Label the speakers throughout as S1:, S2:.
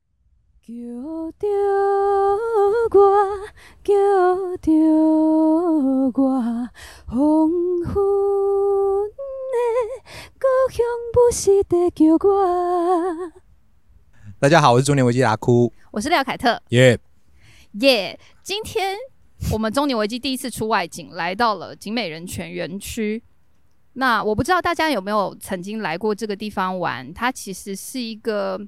S1: 叫着我，叫着我，黄昏的故乡不时地叫我。
S2: 大家好，我是中年危机的阿哭，
S3: 我是廖凯特，
S2: 耶、
S3: 耶、今天我们中年危机第一次出外景，来到了景美人泉园区。那我不知道大家有没有曾经来过这个地方玩？它其实是一个，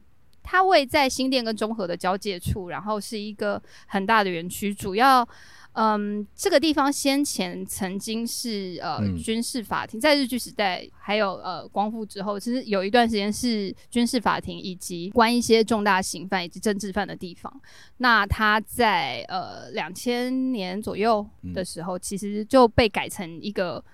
S3: 它位在新店跟中和的交界处，然后是一个很大的园区。主要，嗯，这个地方先前曾经是呃、
S2: 嗯
S3: 军事法庭，在日据时代还有呃光复之后，其实有一段时间是军事法庭以及关一些重大刑犯以及政治犯的地方。那它在呃两千年左右的时候，其实就被改成一个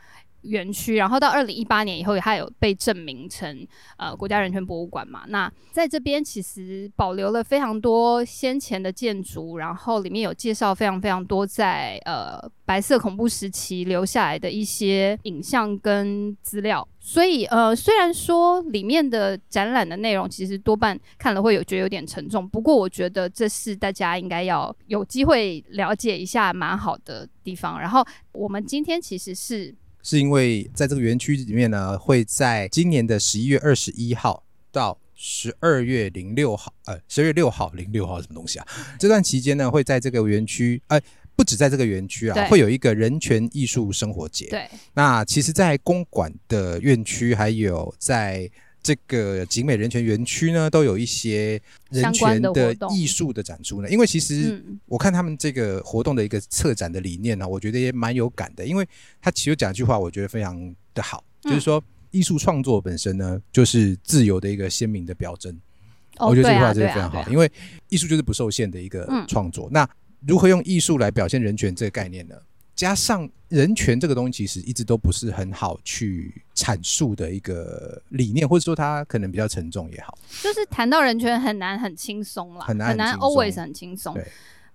S3: 园区，然后到二零一八年以后，它有被证明成呃国家人权博物馆嘛。那在这边其实保留了非常多先前的建筑，然后里面有介绍非常非常多在呃白色恐怖时期留下来的一些影像跟资料。所以呃，虽然说里面的展览的内容其实多半看了会有觉得有点沉重，不过我觉得这是大家应该要有机会了解一下蛮好的地方。然后我们今天其实是
S2: 是因为在这个园区里面呢，会在今年的十一月二十一号到十二月零六号，呃，十二月六号零六号是什么东西啊？这段期间呢，会在这个园区，呃，不止在这个园区啊，
S3: 对
S2: 会有一个人权艺术生活节。
S3: 对
S2: 那其实，在公馆的院区，还有在这个景美人权园区呢，都有一些人
S3: 相
S2: 权
S3: 关的
S2: 的
S3: 活动
S2: 艺术的展出呢。因为其实
S3: 嗯
S2: 我看他们这个活动的一个策展的理念呢、我觉得也蛮有感的。因为他其实讲一句话，我觉得非常的好，
S3: 嗯
S2: 就是说艺术创作本身呢，就是自由的一个鲜明的表征。
S3: 哦
S2: 我觉得这
S3: 对
S2: 句话
S3: 啊
S2: 真
S3: 对
S2: 的非常
S3: 啊
S2: 好，
S3: 对啊
S2: 因为艺术就是不受限的一个
S3: 嗯
S2: 创作。那如何用艺术来表现人权这个概念呢？加上人权这个东西，其实一直都不是很好去阐述的一个理念，或者说它可能比较沉重也好。
S3: 就是谈到人权很难很轻松啦，
S2: 很难很轻松
S3: always 很轻松
S2: 对。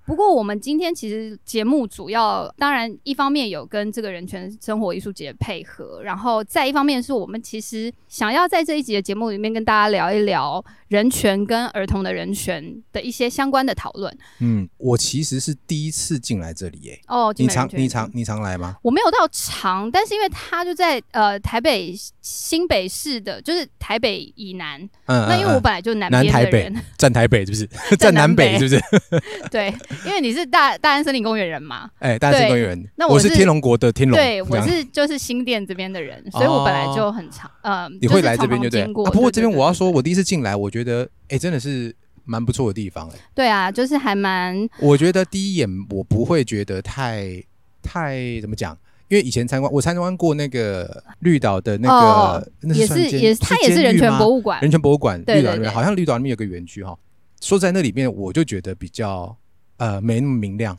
S3: 不过我们今天其实节目主要，当然一方面有跟这个人权生活艺术节配合，然后再一方面是我们其实想要在这一集的节目里面跟大家聊一聊人权跟儿童的人权的一些相关的讨论。
S2: 嗯，我其实是第一次进来这里耶、
S3: 哦，
S2: 你
S3: 金门人
S2: 常
S3: 权
S2: 你常你常来吗？
S3: 我没有到长，但是因为它就在呃台北新北市的，就是台北以南。
S2: 嗯，
S3: 那因为
S2: 嗯
S3: 我
S2: 嗯
S3: 本来就南
S2: 南
S3: 边
S2: 台
S3: 的
S2: 北
S3: 人，
S2: 站台北是不 是？
S3: 站
S2: 站南
S3: 南
S2: 北是
S3: 北
S2: 不是？
S3: 对，因为你是大大安森林公园人嘛，
S2: 哎，大安森
S3: 对
S2: 公园。
S3: 那
S2: 我
S3: 我
S2: 是
S3: 是
S2: 天龙国的天龙。
S3: 对
S2: 这
S3: 我
S2: 样哦
S3: 是就是新店这边的人，所以我本来就很常，嗯，
S2: 你会来这边
S3: 就
S2: 就是对了
S3: 常常经。过。
S2: 啊不过这边
S3: 对
S2: 我要说，，我第一次进来，我觉得哎、真的是蛮不错的地方哎、
S3: 对对对啊，就是还蛮
S2: 我觉得第一眼我不会觉得太太怎么讲，因为以前参观我参观过那个绿岛的那个，
S3: 哦
S2: 那
S3: 也
S2: 算
S3: 是
S2: 监
S3: 也是，它也是
S2: 监
S3: 人
S2: 狱
S3: 权
S2: 吗
S3: 博物馆
S2: 人，权博物馆，
S3: 对
S2: 绿岛
S3: 对
S2: 那边
S3: 对
S2: 好像绿岛那边有个园区哈。说在那里面，我就觉得比较呃没那么明亮。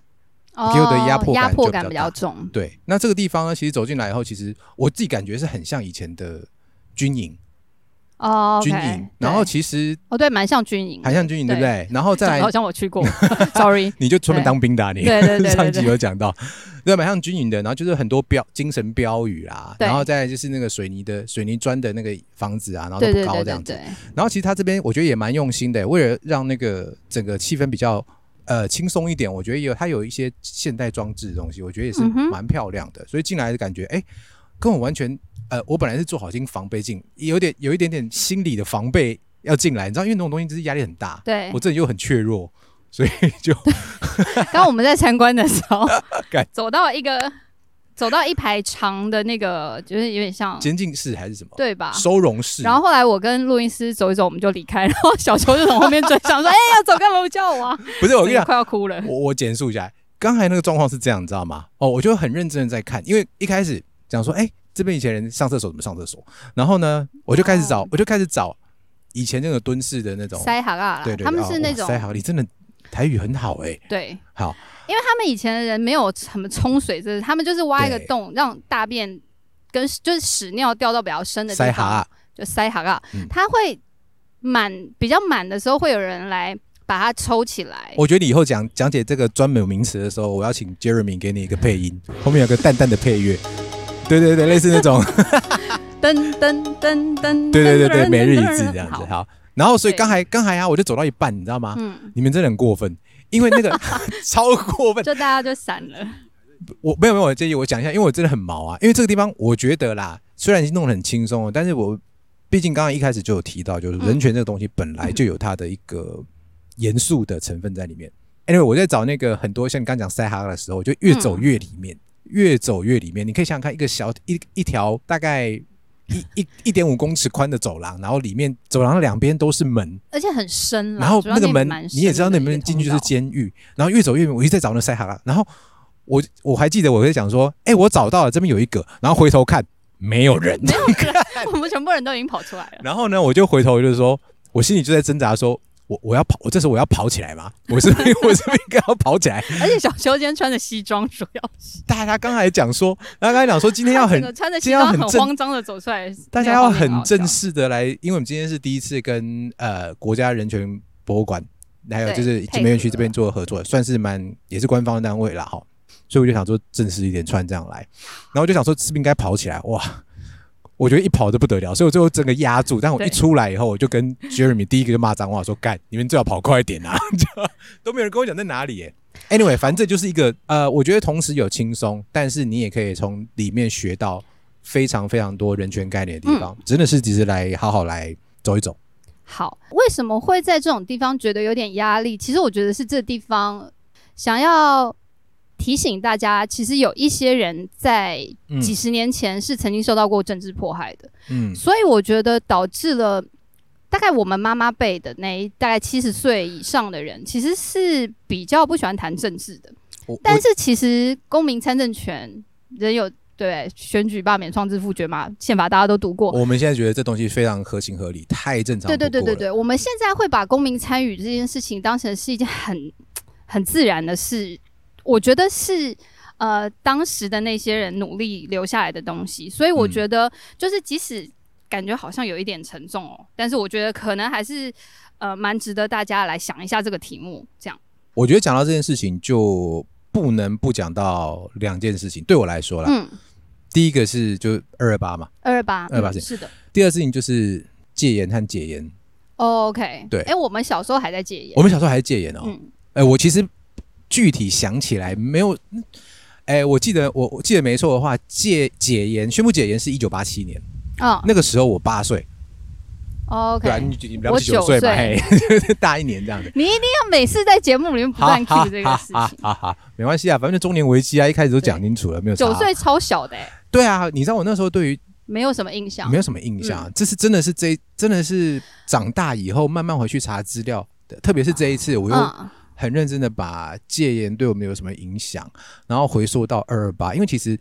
S3: 哦
S2: 给我的压迫感
S3: 压
S2: 就
S3: 迫
S2: 比较
S3: 感比较
S2: 大
S3: 重。
S2: 对，那这个地方呢，其实走进来以后，其实我自己感觉是很像以前的军营
S3: 哦，OK，
S2: 军营。然后
S3: 对
S2: 其实
S3: 哦对，蛮像军营的，
S2: 很像军营，对不对？然后再
S3: 讲得
S2: 来
S3: 好像我去过 ，sorry。
S2: 你就专门当兵的、啊、你。
S3: 哦对对对对 对
S2: 上集有讲到，对，蛮像军营的，然后就是很多标精神标语啦，
S3: 对
S2: 然后再来就是那个水泥的水泥砖的那个房子啊，然后都
S3: 对
S2: 不
S3: 对
S2: 高
S3: 对
S2: 这
S3: 对
S2: 样子。
S3: 对，
S2: 然后其实他这边我觉得也蛮用心的，为了让那个整个气氛比较呃轻松一点，我觉得也有它有一些现代装置的东西，我觉得也是
S3: 嗯哼
S2: 蛮漂亮的，所以进来的感觉哎。跟我完全，呃，我本来是做好心防备进，有点有一点点心理的防备要进来，你知道，因为那种东西就是压力很大，
S3: 对
S2: 我这里又很怯弱，所以就
S3: 刚刚我们在参观的时候
S2: 干，
S3: 走到一个走到一排长的那个，就是有点像
S2: 监禁室还是什么？
S3: 对吧？
S2: 收容室。
S3: 然后后来我跟录音师走一走，我们就离开，然后小球就从后面追上，说：“ 哎、要走干嘛不叫我啊
S2: 不 是？”我
S3: 我
S2: 跟你讲，
S3: 快要哭了。
S2: 我我简述一下，刚才那个状况是这样，你知道吗？哦，我就很认真的在看，因为一开始讲说，哎、这边以前人上厕所怎么上厕所？然后呢，我就开始找，
S3: 哦
S2: 我就开始找以前那个蹲式的那种，
S3: 塞哈嘎啦，
S2: 哦对对对，
S3: 他们
S2: 哦
S3: 是那
S2: 哇
S3: 种、
S2: 塞好，你真的台语很好哎、
S3: 对，
S2: 好，
S3: 因为他们以前的人没有什么冲水，就是他们就是挖一个
S2: 对
S3: 洞，让大便跟就是屎尿掉到比较深的地
S2: 塞
S3: 方，
S2: 哈啊，
S3: 就塞哈嘎
S2: 嗯。
S3: 他会满比较满的时候，会有人来把它抽起来。
S2: 我觉得你以后讲讲解这个专门名词的时候，我要请 Jeremy 给你一个配音，后面有个淡淡的配乐，对对对，类似那种。
S3: 噔噔噔噔，
S2: 对对对
S3: 噔
S2: 对，
S3: 噔
S2: 每日一
S3: 噔
S2: 字
S3: 噔
S2: 这样子。
S3: 好
S2: 好，然后所以
S3: 对
S2: 刚才刚才啊，我就走到一半，你知道吗？
S3: 嗯，
S2: 你们真的很过分，因为那个超过分。
S3: 就大家就散了。
S2: 我没有没有我建议，我讲一下，因为我真的很毛啊。因为这个地方，我觉得啦，虽然已经弄得很轻松了，但是我毕竟刚刚一开始就有提到，就是
S3: 嗯
S2: 人权这个东西本来就有它的一个严肃的成分在里面。Anyway，我在找那个很多像你刚讲塞哈拉的时候，我就越走越里面，越走越里面。你可以想想看，一个小一一条大概一一一点五公尺宽的走廊，然后里面走廊的两边都是门，
S3: 而且很深啦
S2: 然后
S3: 嗯主要
S2: 那个门
S3: 蛮深
S2: 你也知道，那
S3: 的一个
S2: 门进去就是
S3: 通道
S2: 监狱，然后越走越远，我一直在找那塞哈拉，然后我我还记得我在讲说，哎、我找到了，这边有一个，然后回头看没有人，
S3: 我们全部人都已经跑出来了。
S2: 然后呢，我就回头就是说，我心里就在挣扎说。我我要跑，我这时候我要跑起来吗？我是不是我是不是应该要跑起来？
S3: 而且小秋今天穿着西装，主要
S2: 大家刚才讲说，大家刚才讲说今天要
S3: 整
S2: 很
S3: 个穿着
S2: 今天
S3: 西
S2: 要
S3: 装
S2: 很
S3: 很
S2: 正
S3: 慌张的走出来，
S2: 大家要
S3: 那个画面
S2: 很
S3: 好
S2: 正
S3: 笑。
S2: 式的来，因为我们今天是第一次跟呃国家人权博物馆，还有
S3: 对
S2: 就是
S3: 配
S2: 金门园区
S3: 合
S2: 这边做合作，算是蛮也是官方单位啦哈，所以我就想说正式一点穿这样来，然后我就想说是不是应该跑起来哇？我觉得一跑就不得了，所以我最后整个压住。但我一
S3: 对
S2: 出来以后，我就跟 Jeremy 第一个就骂脏话，说：“干，你们最好跑快一点啊！” 就都没有人跟我讲在哪里耶。Anyway，反正这就是一个呃，我觉得同时有轻松，但是你也可以从里面学到非常非常多人权概念的地
S3: 嗯
S2: 方，真的是其实来好好来走一走。
S3: 好，为什么会在这种地方觉得有点压力？其实我觉得是这地方想要提醒大家，其实有一些人在
S2: 嗯
S3: 几十年前是曾经受到过政治迫害的，
S2: 嗯
S3: 所以我觉得导致了大概我们妈妈辈的那一大概七十岁以上的人，其实是比较不喜欢谈政治的。
S2: 我我
S3: 但是其实公民参政权人有对选举罢免、创制复决嘛，宪法大家都读过。
S2: 我们现在觉得这东西非常合情合理，太正常
S3: 对
S2: 不过
S3: 对
S2: 了。
S3: 对对对，我们现在会把公民参与这件事情当成是一件很很自然的事，我觉得是呃当时的那些人努力留下来的东西，所以我
S2: 嗯
S3: 觉得就是即使感觉好像有一点沉重哦，但是我觉得可能还是呃蛮值得大家来想一下这个题目，这样
S2: 我觉得讲到这件事情，就不能不讲到两件事情。对我来说啦，
S3: 嗯。
S2: 第一个是就二二八嘛，
S3: 二二八，
S2: 228
S3: 嗯
S2: 是
S3: 是的
S2: 第二事情就是戒严和解严。
S3: 哦，OK，
S2: 对
S3: 哎，我们小时候还在戒烟
S2: 我，们小时候还是戒严哦。哎、
S3: 嗯，
S2: 我其实具体想起来没有，哎、我记得我我记得没错的话，戒解严宣布解严是一九八七年，
S3: 哦
S2: 那个时候我八岁，
S3: ，OK，
S2: 对啊，你你了不起
S3: 我
S2: 九岁
S3: 九
S2: 嘛，嘿
S3: 岁，
S2: 大一年这样子。
S3: 你一定要每次在节目里面不
S2: 好
S3: 断
S2: 好
S3: Q 这个
S2: 好
S3: 事
S2: 好
S3: 情，
S2: 好好，没关系啊，反正就中年危机啊，一开始都讲清楚了，没有差啊
S3: 九岁超小的、欸，
S2: 对啊，你知道我那时候对于
S3: 没有什么印象。
S2: 没有什么印象啊，
S3: 嗯
S2: 这是真的是这真的是长大以后慢慢回去查资料的，特别是这一次，我又
S3: 嗯，
S2: 很认真的把戒严对我们有什么影响，然后回溯到二二八，因为其实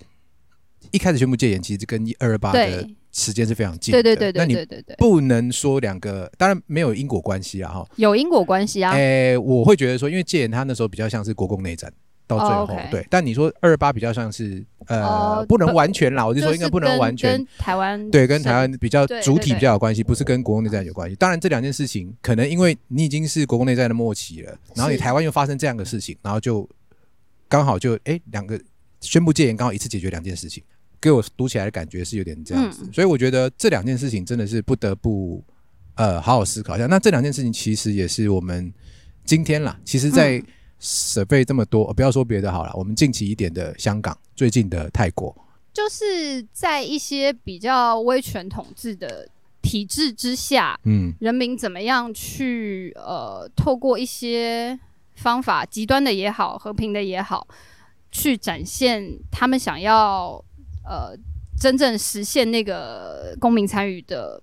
S2: 一开始宣布戒严，其实跟二二八的
S3: 对
S2: 时间是非常近的。
S3: 对对对对
S2: 那
S3: 对
S2: 你
S3: 对对，
S2: 不能说两个，当然没有因果关系啊哈。
S3: 有因果关系啊。
S2: 诶、我会觉得说，因为戒严它那时候比较像是国共内战。到最后
S3: 哦，OK
S2: 对，但你说二二八比较像是呃、
S3: 哦
S2: 不能
S3: 不
S2: 完全啦，我
S3: 就是
S2: 说应该不能
S3: 跟
S2: 完全
S3: 跟台湾
S2: 对，跟台湾比较
S3: 嗯对
S2: 主
S3: 对
S2: 体
S3: 对嗯
S2: 比较有关系，不是跟国共内战有关系。当然，这两件事情可能因为你已经是国共内战的末期了，然后你
S3: 是
S2: 台湾又发生这样的事情，然后就刚好就哎两个宣布戒严，刚好一次解决两件事情，给我读起来的感觉是有点这样子。
S3: 嗯
S2: 所以我觉得这两件事情真的是不得不呃好好思考一下。那这两件事情其实也是我们今天啦，其实在
S3: 嗯
S2: survey 这么多，呃不要说别的好了，我们近期一点的香港，最近的泰国，
S3: 就是在一些比较威权统治的体制之下，
S2: 嗯
S3: 人民怎么样去呃，透过一些方法，极端的也好，和平的也好，去展现他们想要呃真正实现那个公民参与的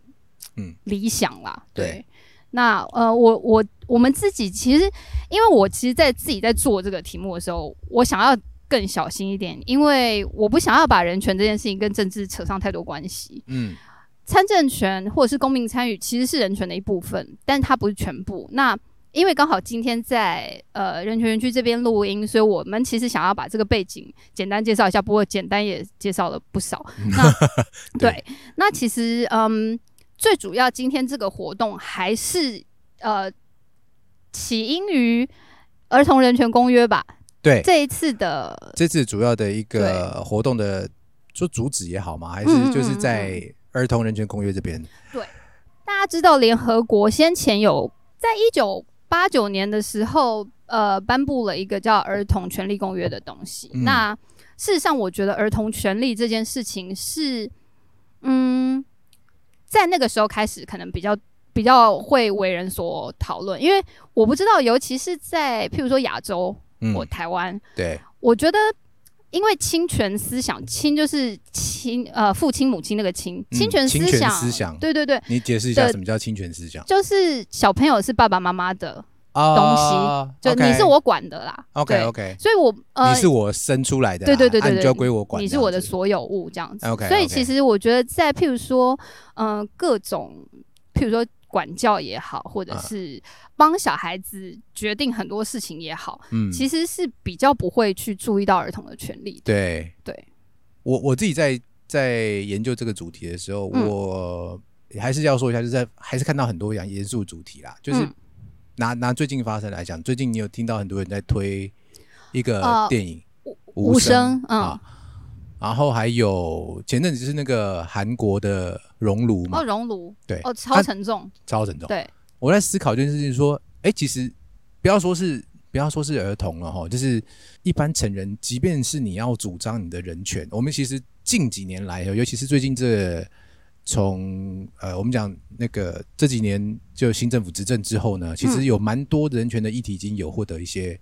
S2: 嗯
S3: 理想啦。
S2: 对
S3: 那呃，我我我们自己其实，因为我其实，在自己在做这个题目的时候，我想要更小心一点，因为我不想要把人权这件事情跟政治扯上太多关系。
S2: 嗯
S3: 参政权或者是公民参与其实是人权的一部分，但它不是全部。那因为刚好今天在呃人权园区这边录音，所以我们其实想要把这个背景简单介绍一下，不过简单也介绍了不少。那
S2: 对
S3: 对，那其实嗯，最主要今天这个活动还是呃起因于儿童人权公约吧。
S2: 对。
S3: 这一次的
S2: 这次主要的一个活动的说主旨也好嘛，还
S3: 嗯
S2: 是
S3: 嗯
S2: 就是
S3: 嗯
S2: 在儿童人权公约这边。
S3: 对，大家知道，联合国先前有在一九八九年的时候，呃，颁布了一个叫《儿童权利公约》的东西。
S2: 嗯
S3: 那事实上，我觉得儿童权利这件事情是，嗯，在那个时候开始，可能比较比较会为人所讨论，因为我不知道，尤其是在譬如说亚洲
S2: 嗯
S3: 或台湾，
S2: 对，
S3: 我觉得，因为侵权思想，侵就是亲呃父亲母亲那个亲，
S2: 嗯
S3: 侵权思
S2: 侵权
S3: 想，
S2: 思想
S3: 对对对，
S2: 你解释一下
S3: 的
S2: 什么叫侵权思想
S3: 就是小朋友是爸爸妈妈的，就你是我管的啦。
S2: OK
S3: 对
S2: OK，
S3: 所以我呃
S2: 啊你是我生出来的啦，
S3: 对对对
S2: 啊
S3: 对
S2: 你
S3: 对
S2: 就要归我管，
S3: 你是
S2: 这样
S3: 我的
S2: 子
S3: 所有物这样子。
S2: OK，OK
S3: 所以其实我觉得，在譬如说，嗯、各种譬如说管教也好，或者
S2: 啊
S3: 是帮小孩子决定很多事情也好，
S2: 嗯，
S3: 其实是比较不会去注意到儿童的权利的。
S2: 对
S3: 对，
S2: 我我自己在在研究这个主题的时候，
S3: 嗯
S2: 我还是要说一下，就是在还是看到很多讲严肃主题啦，就是
S3: 嗯
S2: 拿、拿最近发生来讲，最近你有听到很多人在推一个
S3: 呃
S2: 电影《
S3: 无声嗯
S2: 啊，然后还有前阵子就是那个韩国的《熔炉》嘛，
S3: 哦，熔炉
S2: 嗯对，
S3: 哦，超
S2: 它
S3: 沉重，
S2: 超沉重。
S3: 对，
S2: 我在思考这件事情，说，哎、其实不要说是不要说是儿童了哈，就是一般成人，即便是你要主张你的人权，我们其实近几年来，尤其是最近这从呃，我们讲那个这几年就新政府执政之后呢，
S3: 嗯
S2: 其实有蛮多人权的议题已经有获得一些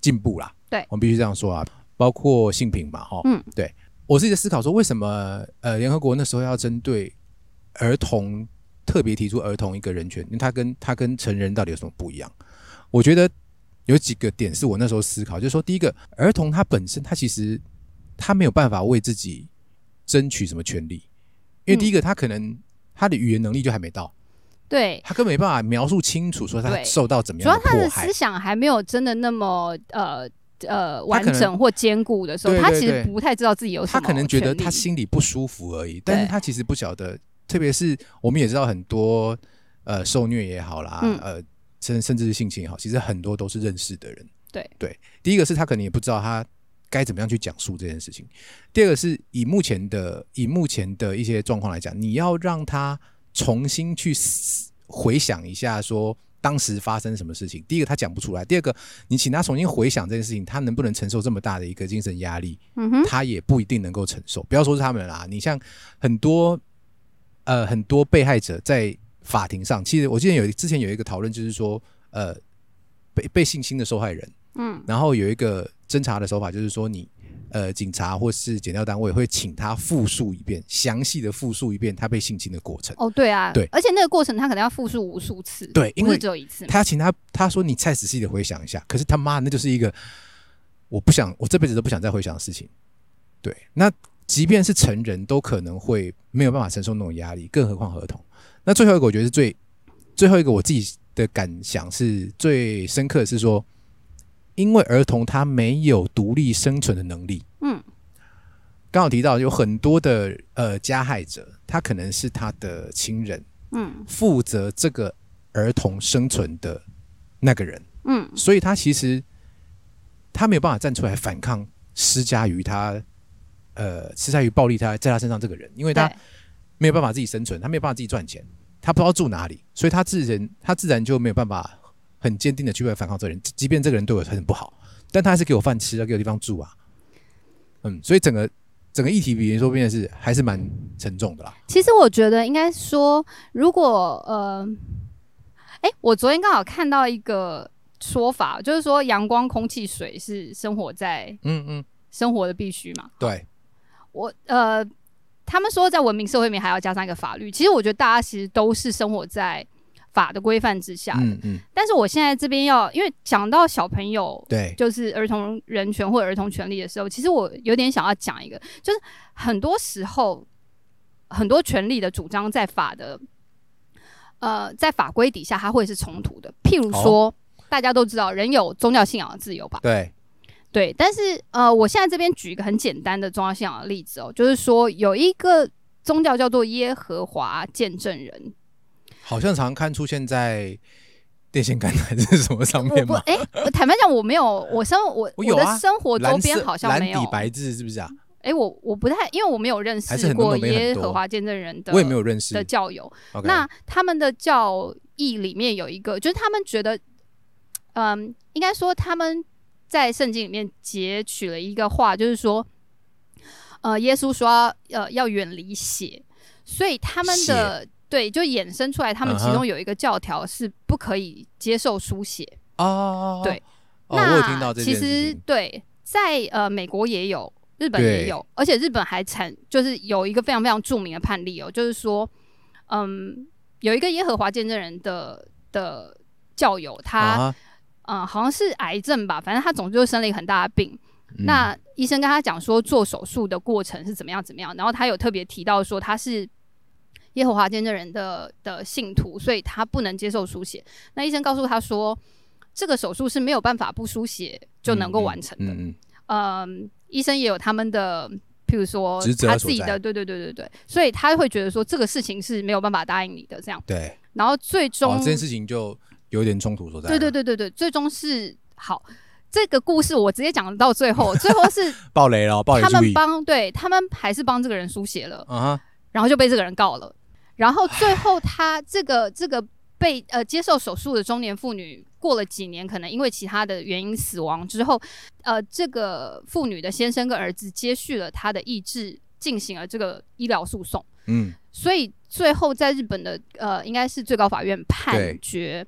S2: 进步啦。
S3: 对
S2: 我们必须这样说啊，包括性平嘛，哈，
S3: 嗯，
S2: 对我自己在思考说，为什么呃，联合国那时候要针对儿童特别提出儿童一个人权，因为它跟它跟成人到底有什么不一样？我觉得有几个点是我那时候思考，就是说，第一个，儿童他本身他其实他没有办法为自己争取什么权利，因为
S3: 嗯
S2: 第一个他可能他的语言能力就还没到，
S3: 对，
S2: 他根本没办法描述清楚说他
S3: 对
S2: 受到怎么
S3: 主
S2: 样
S3: 要
S2: 的
S3: 他
S2: 迫
S3: 的
S2: 害
S3: 思。想还没有真的那么呃呃完
S2: 可
S3: 整
S2: 能
S3: 或坚固的时候，
S2: 对
S3: 他
S2: 对
S3: 其实
S2: 对
S3: 不太知道自己有什
S2: 他
S3: 么。
S2: 可能觉得他，心里不舒服而已，但是
S3: 对
S2: 他其实不晓得，特别是我们也知道很多呃受虐也好啦，
S3: 嗯
S2: 呃甚甚至是性侵也好，其实很多都是认识的人。
S3: 对
S2: 对，第一个是他可能也不知道他该怎么样去讲述这件事情，第二个是以目前的以目前的一些状况来讲，你要让他重新去思回想一下说。当时发生什么事情？第一个他讲不出来，第二个你请他重新回想这件事情，他能不能承受这么大的一个精神压力？
S3: 嗯哼，
S2: 他也不一定能够承受。不要说是他们啦，你像很多呃很多被害者在法庭上，其实我记得有之前有一个讨论，就是说呃被被性侵的受害人，
S3: 嗯
S2: 然后有一个侦查的手法，就是说你呃警察或是检调单位会请他复述一遍，详细的复述一遍他被性侵的过程。
S3: 哦对啊，
S2: 对
S3: 而且那个过程他可能要复述无数次，
S2: 对因
S3: 不是
S2: 为
S3: 只有一次嘛。
S2: 他请他他说你再仔细的回想一下，可是他妈那就是一个我不想我这辈子都不想再回想的事情。对，那即便是成人都可能会没有办法承受那种压力，更何况儿童。那最后一个我觉得是最最后一个我自己的感想是最深刻的是说，因为儿童他没有独立生存的能力。
S3: 嗯，
S2: 刚好提到有很多的呃加害者，他可能是他的亲人，
S3: 嗯
S2: 负责这个儿童生存的那个人，
S3: 嗯，
S2: 所以他其实他没有办法站出来反抗施加于他，呃，施加于暴力他在他身上这个人，因为他
S3: 对，
S2: 没有办法自己生存，他没有办法自己赚钱，他不知道住哪里，所以他自然他自然就没有办法很坚定的去反抗这个人，即即便这个人对我很不好，但他还是给我饭吃，要给我地方住啊，嗯，所以整个整个议题，比如说变得是还是蛮沉重的啦，
S3: 其实我觉得应该说，如果呃，哎、我昨天刚好看到一个说法，就是说阳光、空气、水是生活在
S2: 嗯嗯，
S3: 生活的必须嘛。
S2: 对，
S3: 我呃，他们说在文明社会里面还要加上一个法律。其实我觉得大家其实都是生活在法的规范之下的。
S2: 嗯嗯，
S3: 但是我现在这边要，因为讲到小朋友，
S2: 对。
S3: 就是儿童人权或儿童权利的时候，其实我有点想要讲一个，就是很多时候很多权利的主张在法的。呃，在法规底下，它会是冲突的。譬如说，大家都知道，人有宗教信仰的自由吧？
S2: 对，
S3: 对，但是呃，我现在这边举一个很简单的宗教信仰的例子哦，就是说有一个宗教叫做耶和华见 证人，
S2: 好像常看出现在电线杆还是什么上
S3: 我
S2: 面
S3: 不呃
S2: 吗？
S3: 诶，我坦白讲我没有，我生我
S2: 我有啊
S3: 的生活周
S2: 蓝
S3: 边
S2: 色
S3: 好像没有
S2: 蓝底白字是不是啊？
S3: 哎，我我不太，因为我没有认
S2: 还是
S3: 识
S2: 很多
S3: 过
S2: 农民很
S3: 耶
S2: 多
S3: 和华见证人的，
S2: 我也没有认识
S3: 的。教友。
S2: OK
S3: 那他们的教义里面有一个，就是他们觉得，嗯，应该说他们在圣经里面截取了一个话，就是说，呃，耶稣说呃要远离血，所以他们的对就衍生出来，他们
S2: 嗯
S3: 其中
S2: 哼
S3: 有一个教条是不可以接受书写。
S2: 哦，
S3: 对，
S2: 哦，
S3: 那
S2: 我有听到这
S3: 其
S2: 件事
S3: 实
S2: 情。
S3: 对，在呃美国也有，日本也
S2: 对
S3: 有，而且日本还产就是有一个非常非常著名的判例哦，就是说，嗯，有一个耶和华见证人的的教友，他
S2: 啊，
S3: 嗯、呃好像是癌症吧，反正他总之就生了一个很大的病。
S2: 嗯
S3: 那医生跟他讲说做手术的过程是怎么样怎么样，然后他有特别提到说他是耶和华见证人的的信徒，所以他不能接受书写。那医生告诉他说，这个手术是没有办法不书写就能够完成的。
S2: 嗯嗯
S3: 嗯，医生也有他们的，譬如说
S2: 职责
S3: 他
S2: 所
S3: 自己的，
S2: 在
S3: 对对对对对，所以他会觉得说这个事情是没有办法答应你的这样，
S2: 对，
S3: 然后最终、
S2: 哦，这件事情就有点冲突所在。
S3: 对对，对对对，最终是好。这个故事我直接讲到最后，最后是
S2: 暴雷了，暴雷
S3: 他
S2: 注
S3: 们
S2: 意。
S3: 帮对他们还是帮这个人书写了，
S2: 啊哈，
S3: 然后就被这个人告了，然后最 后他这个这个被呃接受手术的中年妇女过了几年，可能因为其他的原因死亡之后，呃，这个妇女的先生跟儿子接续了她的意志，进行了这个医疗诉讼，
S2: 嗯，
S3: 所以最后在日本的呃应该是最高法院
S2: 对
S3: 判决，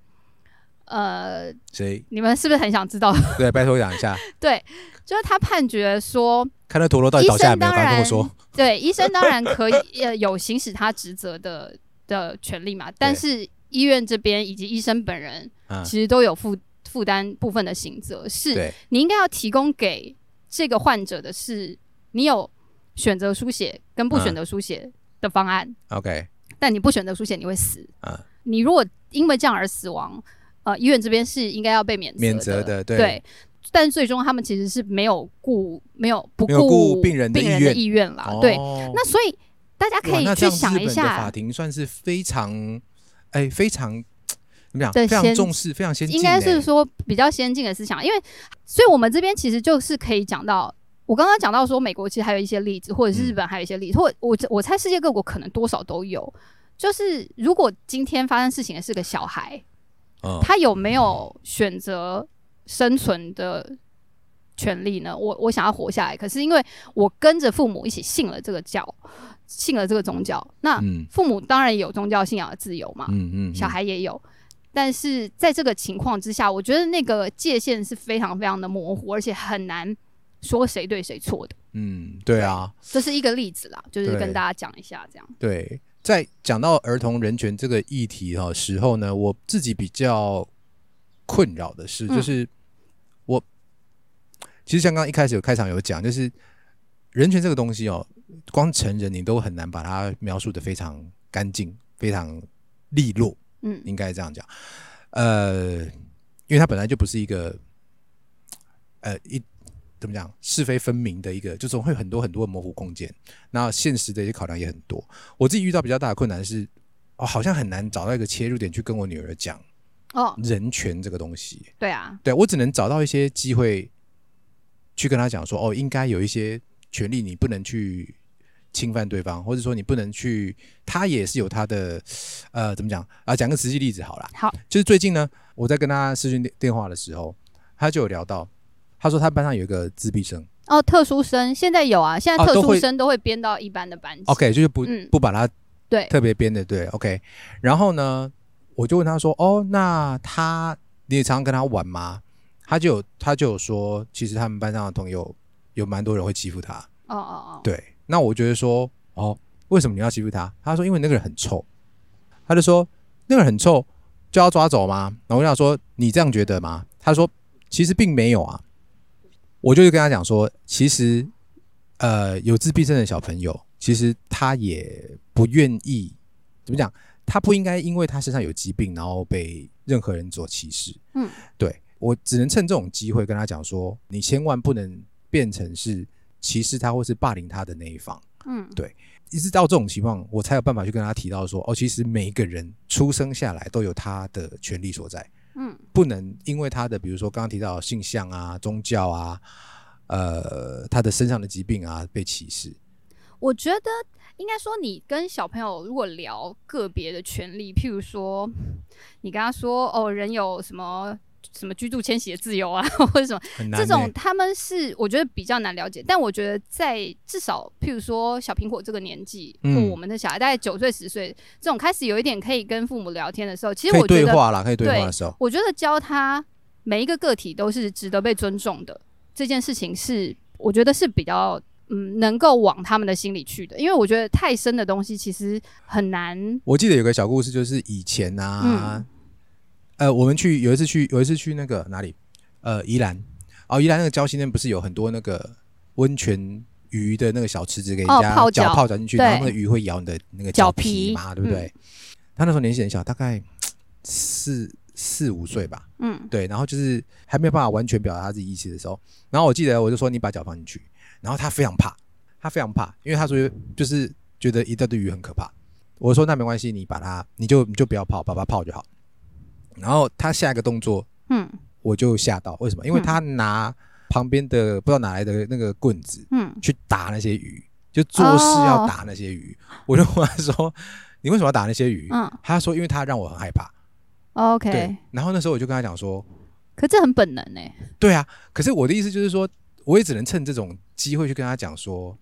S3: 呃，
S2: 谁？
S3: 你们是不是很想知道？
S2: 对，拜托讲一下，
S3: 对，就是他判决说。
S2: 看那陀螺到底倒下来没有？
S3: 医生当
S2: 赶快跟我
S3: 然
S2: 说。
S3: 对，医生当然可以 呃有行使他职责的的权利嘛，但是医院这边以及医生本人
S2: 嗯，
S3: 其实都有负负担部分的刑责，是
S2: 对，
S3: 你应该要提供给这个患者的是，你有选择书写跟不
S2: 嗯
S3: 选择书写的方案，
S2: OK，
S3: 但你不选择书写你会死，
S2: 嗯
S3: 你如果因为这样而死亡，呃，医院这边是应该要被免责
S2: 免责的对
S3: 但最终他们其实是没有顾，没有不
S2: 没有顾
S3: 顾
S2: 病人的
S3: 病
S2: 意
S3: 人
S2: 愿
S3: 的意愿啦。啊对，
S2: 哦
S3: 那所以大家可
S2: 哇
S3: 以
S2: 那这样
S3: 去想
S2: 日
S3: 一
S2: 本的法
S3: 下，
S2: 庭算是非常，哎，非常怎么讲？
S3: 对
S2: 非常
S3: 先
S2: 重视，非常先进欸。
S3: 应该是说比较先进的思想，因为所以我们这边其实就是可以讲到。我刚刚讲到说，美国其实还有一些例子，或
S2: 嗯
S3: 者是日本还有一些例子，或我我猜世界各国可能多少都有。就是如果今天发生事情的是个小孩，
S2: 嗯，
S3: 他有没有选择生存的权利呢？我我想要活下来，可是因为我跟着父母一起信了这个教，信了这个宗教，那
S2: 嗯
S3: 父母当然有宗教信仰的自由嘛，
S2: 嗯嗯，嗯
S3: 小孩也有。但是在这个情况之下，我觉得那个界限是非常非常的模糊，而且很难说谁对谁错的。
S2: 嗯，对啊，
S3: 这是一个例子啦，就是
S2: 对
S3: 跟大家讲一下这样。
S2: 对，在讲到儿童人权这个议题哈、时候呢，我自己比较困扰的是，
S3: 嗯
S2: 就是我其实像刚刚一开始有开场有讲，就是人权这个东西哦，光成人你都很难把它描述的非常干净、非常利落，
S3: 嗯
S2: 应该这样讲。呃，因为它本来就不是一个呃一怎么讲是非分明的一个，就总会有很多很多的模糊空间。那现实的一些考量也很多。我自己遇到比较大的困难是，哦，好像很难找到一个切入点去跟我女儿讲
S3: 哦，
S2: 人权这个东西。
S3: 对啊，
S2: 对我只能找到一些机会去跟她讲说，哦，应该有一些权利你不能去侵犯对方，或者说你不能去，她也是有她的呃怎么讲啊？讲个实际例子好了，
S3: 好，
S2: 就是最近呢，我在跟她视讯电电话的时候，她就有聊到，她说她班上有一个自闭生。
S3: 哦，特殊生现在有啊，现在
S2: 哦
S3: 特
S2: 都
S3: 殊
S2: 会
S3: 生都会编到一般的班级。
S2: OK，就是不、
S3: 嗯
S2: 不把它
S3: 对
S2: 特别编的对 OK。然后呢，我就问他说：“哦，那他你也常常跟他玩吗？”他就有他就有说，其实他们班上的朋友有蛮多人会欺负他。
S3: 哦哦哦，
S2: 对，那我觉得说，哦，为什么你要欺负他？他说因为那个人很臭。他就说那个人很臭，就要抓走吗？然后我就想说你这样觉得吗？他说其实并没有啊。我就是跟他讲说，其实呃有自闭症的小朋友，其实他也不愿意怎么讲，他不应该因为他身上有疾病，然后被任何人所歧视。
S3: 嗯，
S2: 对我只能趁这种机会跟他讲说，你千万不能变成是歧视他或是霸凌他的那一方。
S3: 嗯，
S2: 一直到这种情况，我才有办法去跟他提到说，哦，其实每一个人出生下来都有他的权利所在，
S3: 嗯
S2: 不能因为他的，比如说刚刚提到的性向啊、宗教啊，呃他的身上的疾病啊被歧视。
S3: 我觉得应该说，你跟小朋友如果聊个别的权利，譬如说，你跟他说哦，人有什么什么居住迁徙的自由啊， 或者什么，
S2: 很难、
S3: 这
S2: 欸、
S3: 种他们是我觉得比较难了解。但我觉得在至少譬如说小苹果这个年纪，
S2: 嗯
S3: 或我们的小孩大概九岁十岁这种开始有一点可以跟父母聊天的时候，其实
S2: 可以
S3: 我觉
S2: 对
S3: 得，
S2: 话啦，可以对话的时候，
S3: 我觉得教他每一个个体都是值得被尊重的这件事情是，我觉得是比较。嗯，能够往他们的心里去的，因为我觉得太深的东西其实很难。
S2: 我记得有个小故事，就是以前
S3: 嗯
S2: 啊，呃，我们去有一次去有一次去那个哪里，呃，宜兰哦，宜兰那个礁溪那边不是有很多那个温泉鱼的那个小池子，给人
S3: 哦
S2: 家
S3: 泡
S2: 脚
S3: 脚
S2: 泡脚进去，
S3: 对
S2: 然后那个鱼会咬你的那个
S3: 脚
S2: 皮
S3: 皮嗯
S2: 嘛，对不对？他那时候年纪很小，大概四四五岁吧，
S3: 嗯，
S2: 对，然后就是还没有办法完全表达他自己意思的时候，然后我记得我就说你把脚放进去，然后他非常怕，他非常怕，因为他说就是觉得一大堆鱼很可怕。我说那没关系，你把它你就你就不要泡，把它泡就好。然后他下一个动作
S3: 嗯
S2: 我就吓到，为什么？因为他拿旁边的不知道哪来的那个棍子
S3: 嗯，
S2: 去打那些鱼，就做事
S3: 哦
S2: 要打那些鱼。我就问他说 你为什么要打那些鱼？
S3: 嗯
S2: 他说因为他让我很害怕。对
S3: OK，，
S2: 然后那时候我就跟他讲说。
S3: 可这很本能哎、
S2: 对啊，可是我的意思就是说，我也只能趁这种机会去跟他讲说，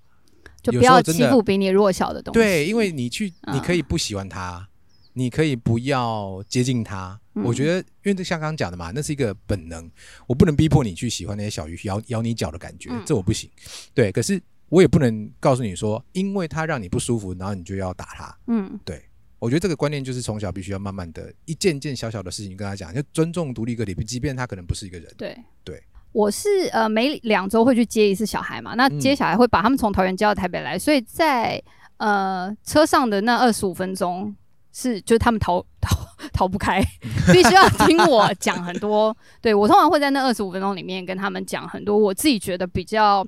S3: 就
S2: 有
S3: 不
S2: 时候
S3: 要
S2: 真
S3: 欺
S2: 的
S3: 负比你弱小的东西。
S2: 对，因为你去，
S3: 嗯
S2: 你可以不喜欢他，你可以不要接近他。
S3: 嗯
S2: 我觉得，因为这像刚刚讲的嘛，那是一个本能，我不能逼迫你去喜欢那些小鱼咬咬你脚的感觉
S3: 嗯，
S2: 这我不行。对，可是我也不能告诉你说，因为他让你不舒服，然后你就要打他。
S3: 嗯
S2: 我觉得这个观念就是从小必须要慢慢的一件件小小的事情跟他讲，就尊重独立个体，即便他可能不是一个人，。
S3: 对
S2: 对。
S3: 我是呃每两周会去接一次小孩嘛，那
S2: 嗯
S3: 接小孩会把他们从桃园接到台北来，所以在呃车上的那二十五分钟是就是他们逃 逃逃 不开，必须要听我讲很多。对我通常会在那二十五分钟里面跟他们讲很多我自己觉得比较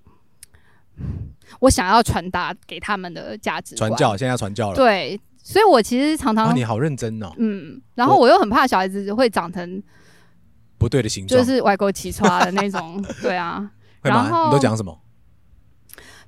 S3: 我想要传达给他们的价值观
S2: 传。教，现在要传教了。
S3: 对，所以我其实常
S2: 啊，
S3: 常
S2: 你好认真哦，
S3: 嗯，然后我又很怕小孩子会长成
S2: 不对的形状
S3: 就。是歪勾起刷的那 种，对啊。
S2: 会吗？
S3: 然后
S2: 你都讲什么？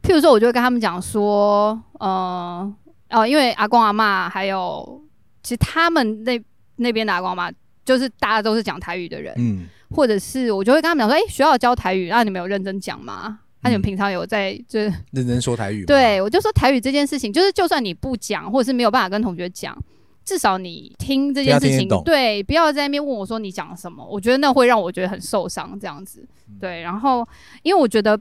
S3: 譬如说，我就会跟他们讲说，呃，哦，因为阿公阿妈还有，其实他们那那边的阿公阿妈，就是大家都是讲台语的人，
S2: 嗯，
S3: 或者是我就会跟他们讲说，哎、学校教台语，那、你们有认真讲吗？那、你们
S2: 嗯
S3: 平常有在就是
S2: 认真说台语。，
S3: 对我就说台语这件事情，就是就算你不讲，或者是没有办法跟同学讲，至少你听这件
S2: 不要
S3: 事
S2: 听
S3: 情
S2: 得懂，
S3: 对，不要在那边问我说你讲什么，我觉得那会让我觉得很受伤，这样子。
S2: 嗯
S3: 对，然后因为我觉得。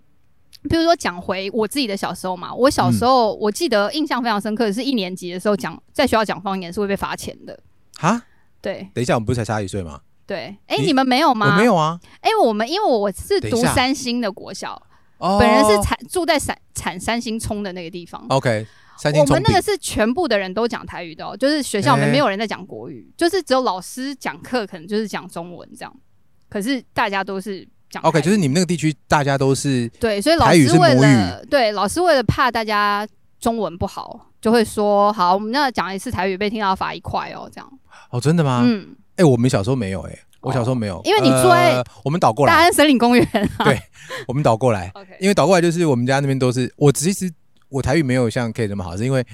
S3: 比如说讲回我自己的小时候嘛，我
S2: 嗯
S3: 小时候我记得印象非常深刻，的是一年级的时候讲在学校讲方言是会被罚钱的。
S2: 哈，
S3: 对
S2: 等一下，我们不是才差一岁吗？
S3: 对，哎、
S2: 你
S3: 你们没有
S2: 我
S3: 吗？
S2: 没。有啊，
S3: 哎、我们因为我是
S2: 等一
S3: 读
S2: 下
S3: 三星的国小，
S2: 哦，
S3: 本人是产住在产产三星冲的那个地方。
S2: OK，三星
S3: 我
S2: 重
S3: 们
S2: 饼
S3: 那个是全部的人都讲台语的、哦，就是学校我们
S2: 欸
S3: 没有人在讲国语，就是只有老师讲课可能就是讲中文这样，可是大家都是讲台语
S2: OK，就是你们那个地区大家都是
S3: 对，所以老
S2: 台语
S3: 师
S2: 是
S3: 为
S2: 母
S3: 了对老师为了怕大家中文不好，就会说好，我们那讲一次台语被听到罚一块哦，这样，
S2: 哦，真的吗？
S3: 嗯，
S2: 哎，我们小时候没有哎，我小时候没有，
S3: 因为你住在
S2: 呃我们倒过
S3: 大
S2: 来，
S3: 安森林公园啊
S2: 对我们倒过来，
S3: ，OK，
S2: 因为倒过来就是我们家那边都是我其实我台语没有像 K 那么好，是因为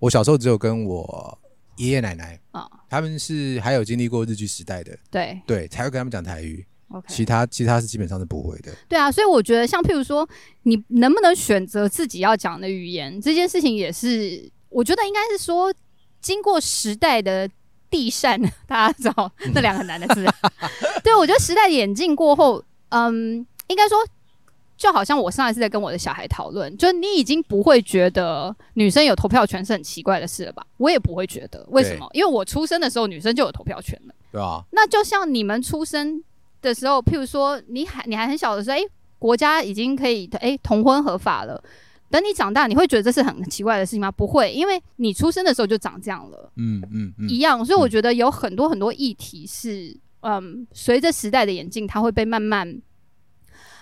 S2: 我小时候只有跟我爷爷奶奶
S3: 哦
S2: 他们是还有经历过日剧时代的，
S3: 对
S2: 对，才会跟他们讲台语，其
S3: ，OK，
S2: 他其他是基本上是不会的。
S3: 对啊，所以我觉得像譬如说，你能不能选择自己要讲的语言这件事情，也是我觉得应该是说，经过时代的地善， 大家知道那两个很难的字。 对，我觉得时代演进过后，嗯，应该说。就好像我上一次在跟我的小孩讨论，就是你已经不会觉得女生有投票权是很奇怪的事了吧？我也不会觉得，为什
S2: 对
S3: 么？因为我出生的时候女生就有投票权了。
S2: 对吧？
S3: 那就像你们出生的时候，譬如说你还你还很小的时候，哎、国家已经可以哎、同婚合法了。等你长大，你会觉得这是很奇怪的事情吗？不会，因为你出生的时候就长这样了，
S2: 嗯嗯嗯
S3: 一，样。所以我觉得有很多很多议题是，嗯，随着时代的演进，它会被慢慢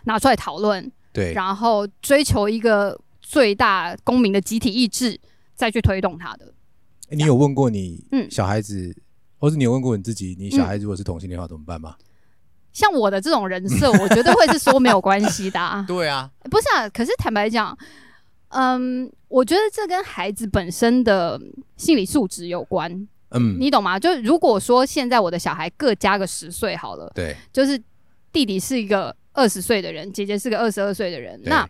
S3: 拿出来讨论，
S2: 对，
S3: 然后追求一个最大公民的集体意志，再去推动它的。
S2: 欸你有问过你
S3: 嗯
S2: 小孩子，或是你有问过你自己，你小孩如果是同性恋的话怎么办吗？
S3: 像我的这种人设，我绝对会是说没有关系的、啊，
S2: 嗯
S4: 对啊，
S3: 不是啊。可是坦白讲，嗯，我觉得这跟孩子本身的心理素质有关，
S2: 嗯，
S3: 你懂吗？就如果说现在我的小孩各加个十岁好了，
S2: 对，
S3: 就是弟弟是一个二十岁的人，姐姐是个二十二岁的人，
S2: 对
S3: 那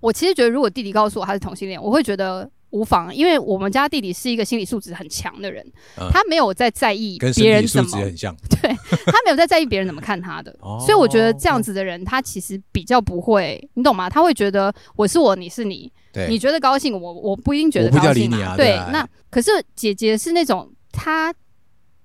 S3: 我其实觉得，如果弟弟告诉我他是同性恋，我会觉得无妨，因为我们家弟弟是一个心理素质很强的人，
S2: 嗯
S3: 他没有在在意
S2: 跟身
S3: 别人
S2: 体
S3: 怎
S2: 素
S3: 么
S2: 质，很像，
S3: 对他没有在在意别人怎么看他的，
S2: 哦
S3: 所以我觉得这样子的人，他其实比较不会，你懂吗？他会觉得我是我，你是你，
S2: 对，
S3: 你觉得高兴，我我不一定觉
S2: 我
S3: 得
S2: 不一定
S3: 高
S2: 要理
S3: 兴
S2: 你啊
S3: 嘛。
S2: 对
S3: 对
S2: 啊，
S3: 那可是姐姐是那种她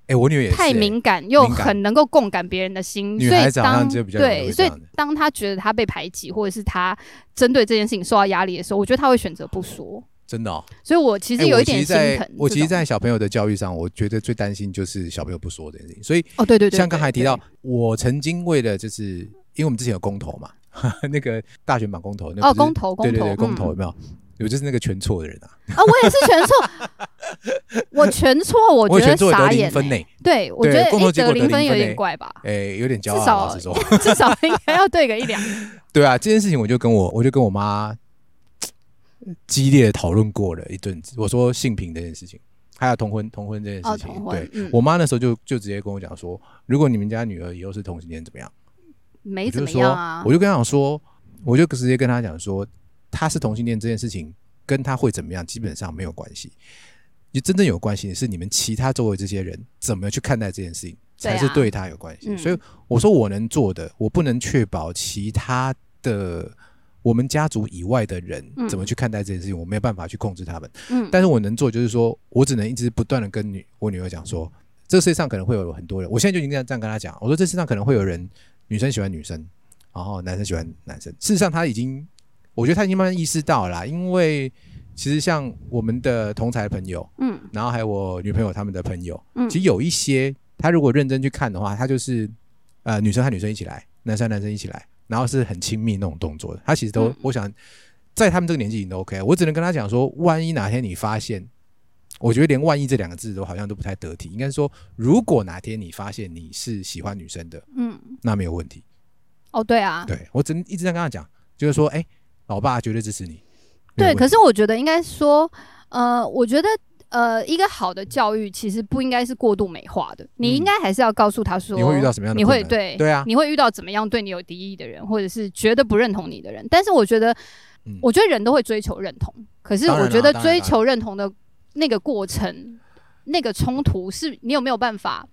S2: 哎，我女儿也是
S3: 太
S2: 欸
S3: 敏感，又
S2: 敏感
S3: 很能够共感别人的心，
S2: 女
S3: 所
S2: 孩
S3: 以
S2: 子好像
S3: 当
S2: 就比较容易
S3: 对，
S2: 会
S3: 所以
S2: 这样的
S3: 当她觉得她被排挤，或者是她针对这件事情受到压力的时候，我觉得她会选择不说。
S2: 真的哦。
S3: 所以我其实
S2: 欸
S3: 有
S2: 我
S3: 一点
S2: 其实
S3: 心
S2: 在
S3: 疼。
S2: 我其实，
S3: 这种
S2: 在小朋友的教育上，我觉得最担心就是小朋友不说这件事情。所以，
S3: 哦，对对对，
S2: 像刚才提
S3: 对
S2: 到，我曾经为了就是，因为我们之前有公投嘛， 那个大选版公投，那
S3: 哦
S2: 不是
S3: 公投
S2: 对对
S3: 公
S2: 对，
S3: 投
S2: 公投
S3: 嗯
S2: 有没有？我就是那个全错的人啊，
S3: 啊，我也是全错， 我全错，我
S2: 我
S3: 觉
S2: 全
S3: 得
S2: 错也
S3: 傻
S2: 得零
S3: 眼、
S2: 分呢
S3: 欸。，对，我觉
S2: 对
S3: 得
S2: 共同
S3: 诶
S2: 结
S3: 得
S2: 果得
S3: 零分
S2: 零
S3: 有
S2: 分
S3: 点
S2: 欸
S3: 怪吧，
S2: 哎，有点骄
S3: 至
S2: 傲啊，老
S3: 少
S2: 实说。
S3: 至少应该要对个一两。
S2: 对啊，这件事情我就跟我我就跟我妈激烈的讨论过了一阵子。我说性平这件事情，还有同婚同婚这件
S3: 哦
S2: 事情，
S3: 同婚
S2: 对、
S3: 嗯
S2: 我妈那时候就就直接跟我讲说，如果你们家女儿以后是同性恋怎么样？
S3: 没
S2: 我
S3: 怎
S2: 就
S3: 么
S2: 说，
S3: 样啊
S2: 我，就跟她讲说，我就直接跟她讲说，她是同性恋这件事情跟她会怎么样基本上没有关系，就真正有关系的是你们其他周围这些人怎么去看待这件事情，
S3: 对
S2: 才
S3: 啊
S2: 是对她有关系。
S3: 嗯
S2: 所以我说我能做的，我不能确保其他的我们家族以外的人
S3: 嗯
S2: 怎么去看待这件事情，我没有办法去控制他们。
S3: 嗯，
S2: 但是我能做就是说，我只能一直不断的跟女我女儿讲说，这世界上可能会有很多人，我现在就已经这样这样跟她讲，我说这世上可能会有人女生喜欢女生，然后男生喜欢男生。事实上，她已经，我觉得她已经慢慢意识到了啦，因为其实像我们的同台朋友，
S3: 嗯
S2: 然后还有我女朋友他们的朋友，
S3: 嗯
S2: 其实有一些他如果认真去看的话，他就是呃女生和女生一起来，男生和男生一起来，然后是很亲密那种动作的。他其实都、
S3: 嗯
S2: 我想在他们这个年纪已经都 OK，我只能跟他讲说，万一哪天你发现。我觉得连“万一”这两个字都好像都不太得体，应该说，如果哪天你发现你是喜欢女生的，
S3: 嗯，
S2: 那没有问题。
S3: 哦对啊，
S2: 对我只能一直在跟他讲，就是说，哎、老爸绝对支持你。没有
S3: 对，
S2: 问
S3: 可
S2: 题
S3: 是我觉得应该说，呃，我觉得呃，一个好的教育其实不应该是过度美化的，你应该还是要告诉他说，
S2: 嗯你会遇到什么样的
S3: 你
S2: 困
S3: 会
S2: 难
S3: 对
S2: 对啊
S3: 你会遇到怎么样对你有敌意的人，或者是觉得不认同你的人。但是我觉得，
S2: 嗯
S3: 我觉得人都会追求认同，可是
S2: 当然
S3: 我
S2: 啦
S3: 觉得
S2: 当然
S3: 追
S2: 啦
S3: 求认同的那个过程，那个冲突是你有没有办法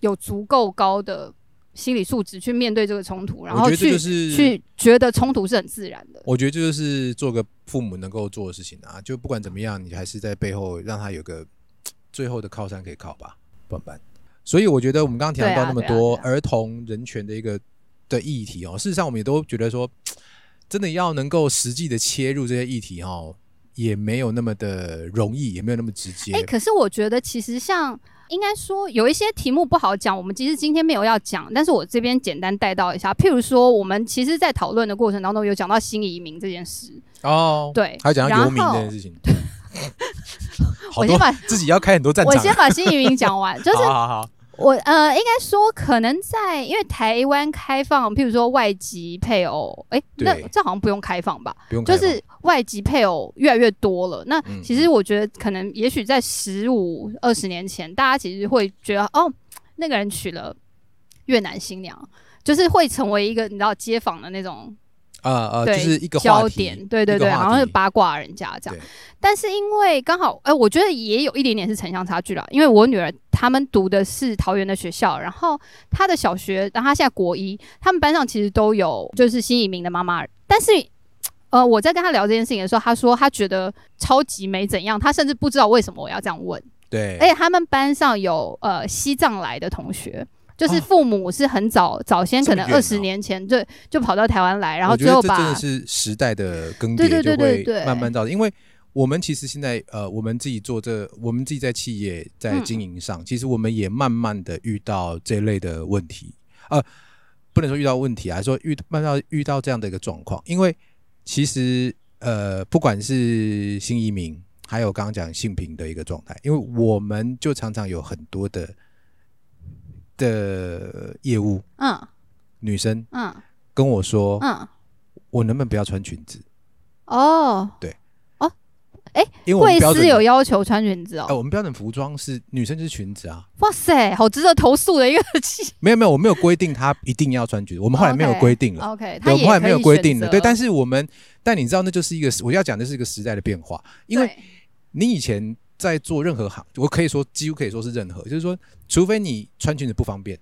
S3: 有足够高的。心理素质去面对这个冲突，然
S2: 我
S3: 后
S2: 觉得这
S3: 去、
S2: 就是
S3: 去觉得冲突是很自然的。
S2: 我觉得这就是做个父母能够做的事情啊，就不管怎么样，你还是在背后让他有个嘖最后的靠山可以靠吧，不然办。所以我觉得我们刚刚提
S3: 对
S2: 到
S3: 啊
S2: 那么
S3: 对啊
S2: 多
S3: 对啊
S2: 儿童人权的一个的议题哦，事实上我们也都觉得说，嘖真的要能够实际的切入这些议题哦，也没有那么的容易，也没有那么直接。
S3: 哎、可是我觉得其实像应该说有一些题目不好讲，我们其实今天没有要讲，但是我这边简单带到一下。譬如说，我们其实，在讨论的过程当中有讲到新移民这件事，
S2: 哦，
S3: 对
S2: 还有讲到游民这
S3: 然后
S2: 件事情，好
S3: 我
S2: 多
S3: 先把
S2: 自己要开很 多战场
S3: 我
S2: 啊，
S3: 先把新移民讲完，就是
S2: 好好啊好，
S3: 我呃，应该说可能在因为台湾开放，譬如说外籍配偶，哎、那
S2: 对
S3: 这好像不用开放吧？
S2: 不用
S3: 就
S2: 开放
S3: 是外籍配偶越来越多了。那
S2: 嗯
S3: 其实我觉得，可能也许在十五二十年前，大家其实会觉得，哦，那个人娶了越南新娘，就是会成为一个你知道街坊的那种
S2: 呃呃，就
S3: 对
S2: 是一个话
S3: 焦
S2: 题
S3: 点，对对
S2: 一个
S3: 对，
S2: 话
S3: 好像是
S2: 题
S3: 八卦人家这样
S2: 对。
S3: 但是因为刚好，哎、我觉得也有一点点是城乡差距啦。因为我女儿她们读的是桃园的学校，然后她的小学，然后她现在国一，她们班上其实都有就是新移民的妈妈，但是。呃，我在跟她聊这件事情的时候，她说她觉得超级没怎样，她甚至不知道为什么我要这样问。
S2: 对，
S3: 而且他们班上有呃西藏来的同学，就是
S2: 哦
S3: 父母是很早、早先，
S2: 这
S3: 可
S2: 么
S3: 能
S2: 远
S3: 二
S2: 哦
S3: 十年前就就跑到台湾来，然后
S2: 我觉
S3: 最
S2: 得
S3: 后
S2: 这真
S3: 把
S2: 的是时代的更
S3: 对
S2: 迭
S3: 对
S2: 就
S3: 对
S2: 会
S3: 对对
S2: 慢慢造成，因为我们其实现在呃，我们自己做这，我们自己在企业在
S3: 嗯
S2: 经营上，其实我们也慢慢的遇到这类的问题，呃，不能说遇到问题啊，说遇慢慢地遇到这样的一个状况，因为其实呃，不管是新移民，还有刚刚讲性平的一个状态，因为我们就常常有很多的的业务
S3: 嗯
S2: 女生
S3: 嗯
S2: 跟我说，
S3: 嗯，
S2: 我能不能不要穿裙子？
S3: 哦，
S2: 因为我们
S3: 贵
S2: 标准
S3: 司有要求穿裙子
S2: 呃，
S3: 哦，
S2: 我们标准服装是女生就是裙子啊，
S3: 哇塞，好值得投诉的一个气。
S2: 没有没有，我没有规定她一定要穿裙子，我们后来没有
S3: 哦 OK
S2: 规定了。对，
S3: OK，他
S2: 我
S3: 也
S2: 们后来嗯没有规定了，
S3: 了，
S2: 对，但
S3: 是
S2: 是我们，但你知道，那就是一个我要讲的是一个时代的变化，因为你以前在做任何行，我可以说几乎可以说是任何，就是说，除非你穿裙子不方便，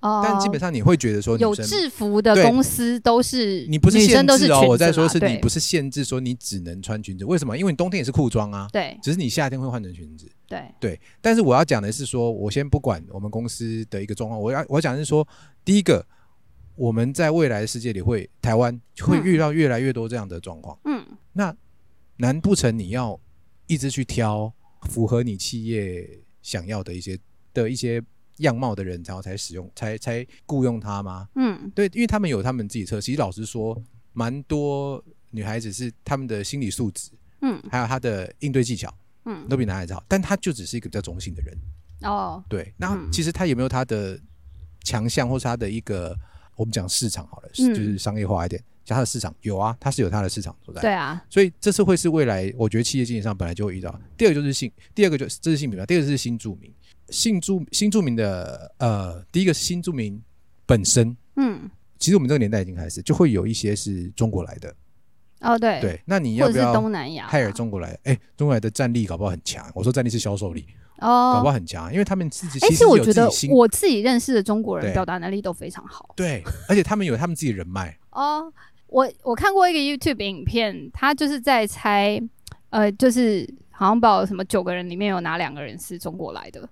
S3: 哦，
S2: 但基本上你会觉得说
S3: 有
S2: 女生。
S3: 制服的
S2: 对
S3: 公司都是
S2: 你不是
S3: 女
S2: 限
S3: 生都
S2: 制
S3: 是
S2: 哦，
S3: 裙
S2: 我
S3: 子
S2: 在说
S3: 啦
S2: 是你
S3: 对
S2: 不是限制说你只能穿裙子，为什么？因为你冬天也是裤装啊，
S3: 对
S2: 只是你夏天会换成裙子。
S3: 对
S2: 对，但是我要讲的是说，我先不管我们公司的一个状况，我要我讲的是说，第一个，我们在未来的世界里会台湾会
S3: 嗯
S2: 遇到越来越多这样的状况，
S3: 嗯
S2: 难不成你要一直去挑符合你企业想要的一些的一些样貌的人，然后才使用才才雇佣他吗？
S3: 嗯
S2: 对，因为他们有他们自己测，其实老实说，蛮多女孩子是她们的心理素质，
S3: 嗯
S2: 还有她的应对技巧
S3: 嗯
S2: 都比男孩子好，但她就只是一个比较中性的人。
S3: 哦
S2: 对，那
S3: 嗯
S2: 其实他有没有他的强项，或是他的一个我们讲市场好了，就
S3: 嗯
S2: 是商业化一点，讲他的市场有啊，他是有他的市场所在。
S3: 对啊
S2: 所以这次会是未来，我觉得企业经营上本来就会遇到。第二个就是性，第二个就是这是性别嘛，第二个是新住民，新住新住民的呃，第一个是新住民本身，
S3: 嗯
S2: 其实我们这个年代已经开始就会有一些是中国来的，
S3: 哦对
S2: 对，那你要
S3: 或者
S2: 不
S3: 是
S2: 要
S3: 东南亚
S2: 害了中国来？哎、中国来的战力搞不好很强，我说战力是销售力，搞不
S3: 哦。
S2: 好很强，啊因为他们自己
S3: 哎，
S2: 其实
S3: 我
S2: 有
S3: 觉
S2: 自
S3: 得
S2: 己心
S3: 我自己认识的中国人
S2: 对
S3: 表达能力都非常好
S2: 对，而且他们有他们自己的人脉，
S3: 哦。我我看过一个 YouTube 影片，他就是在猜，呃，就是好像把什么九个人里面有哪两个人是中国来的，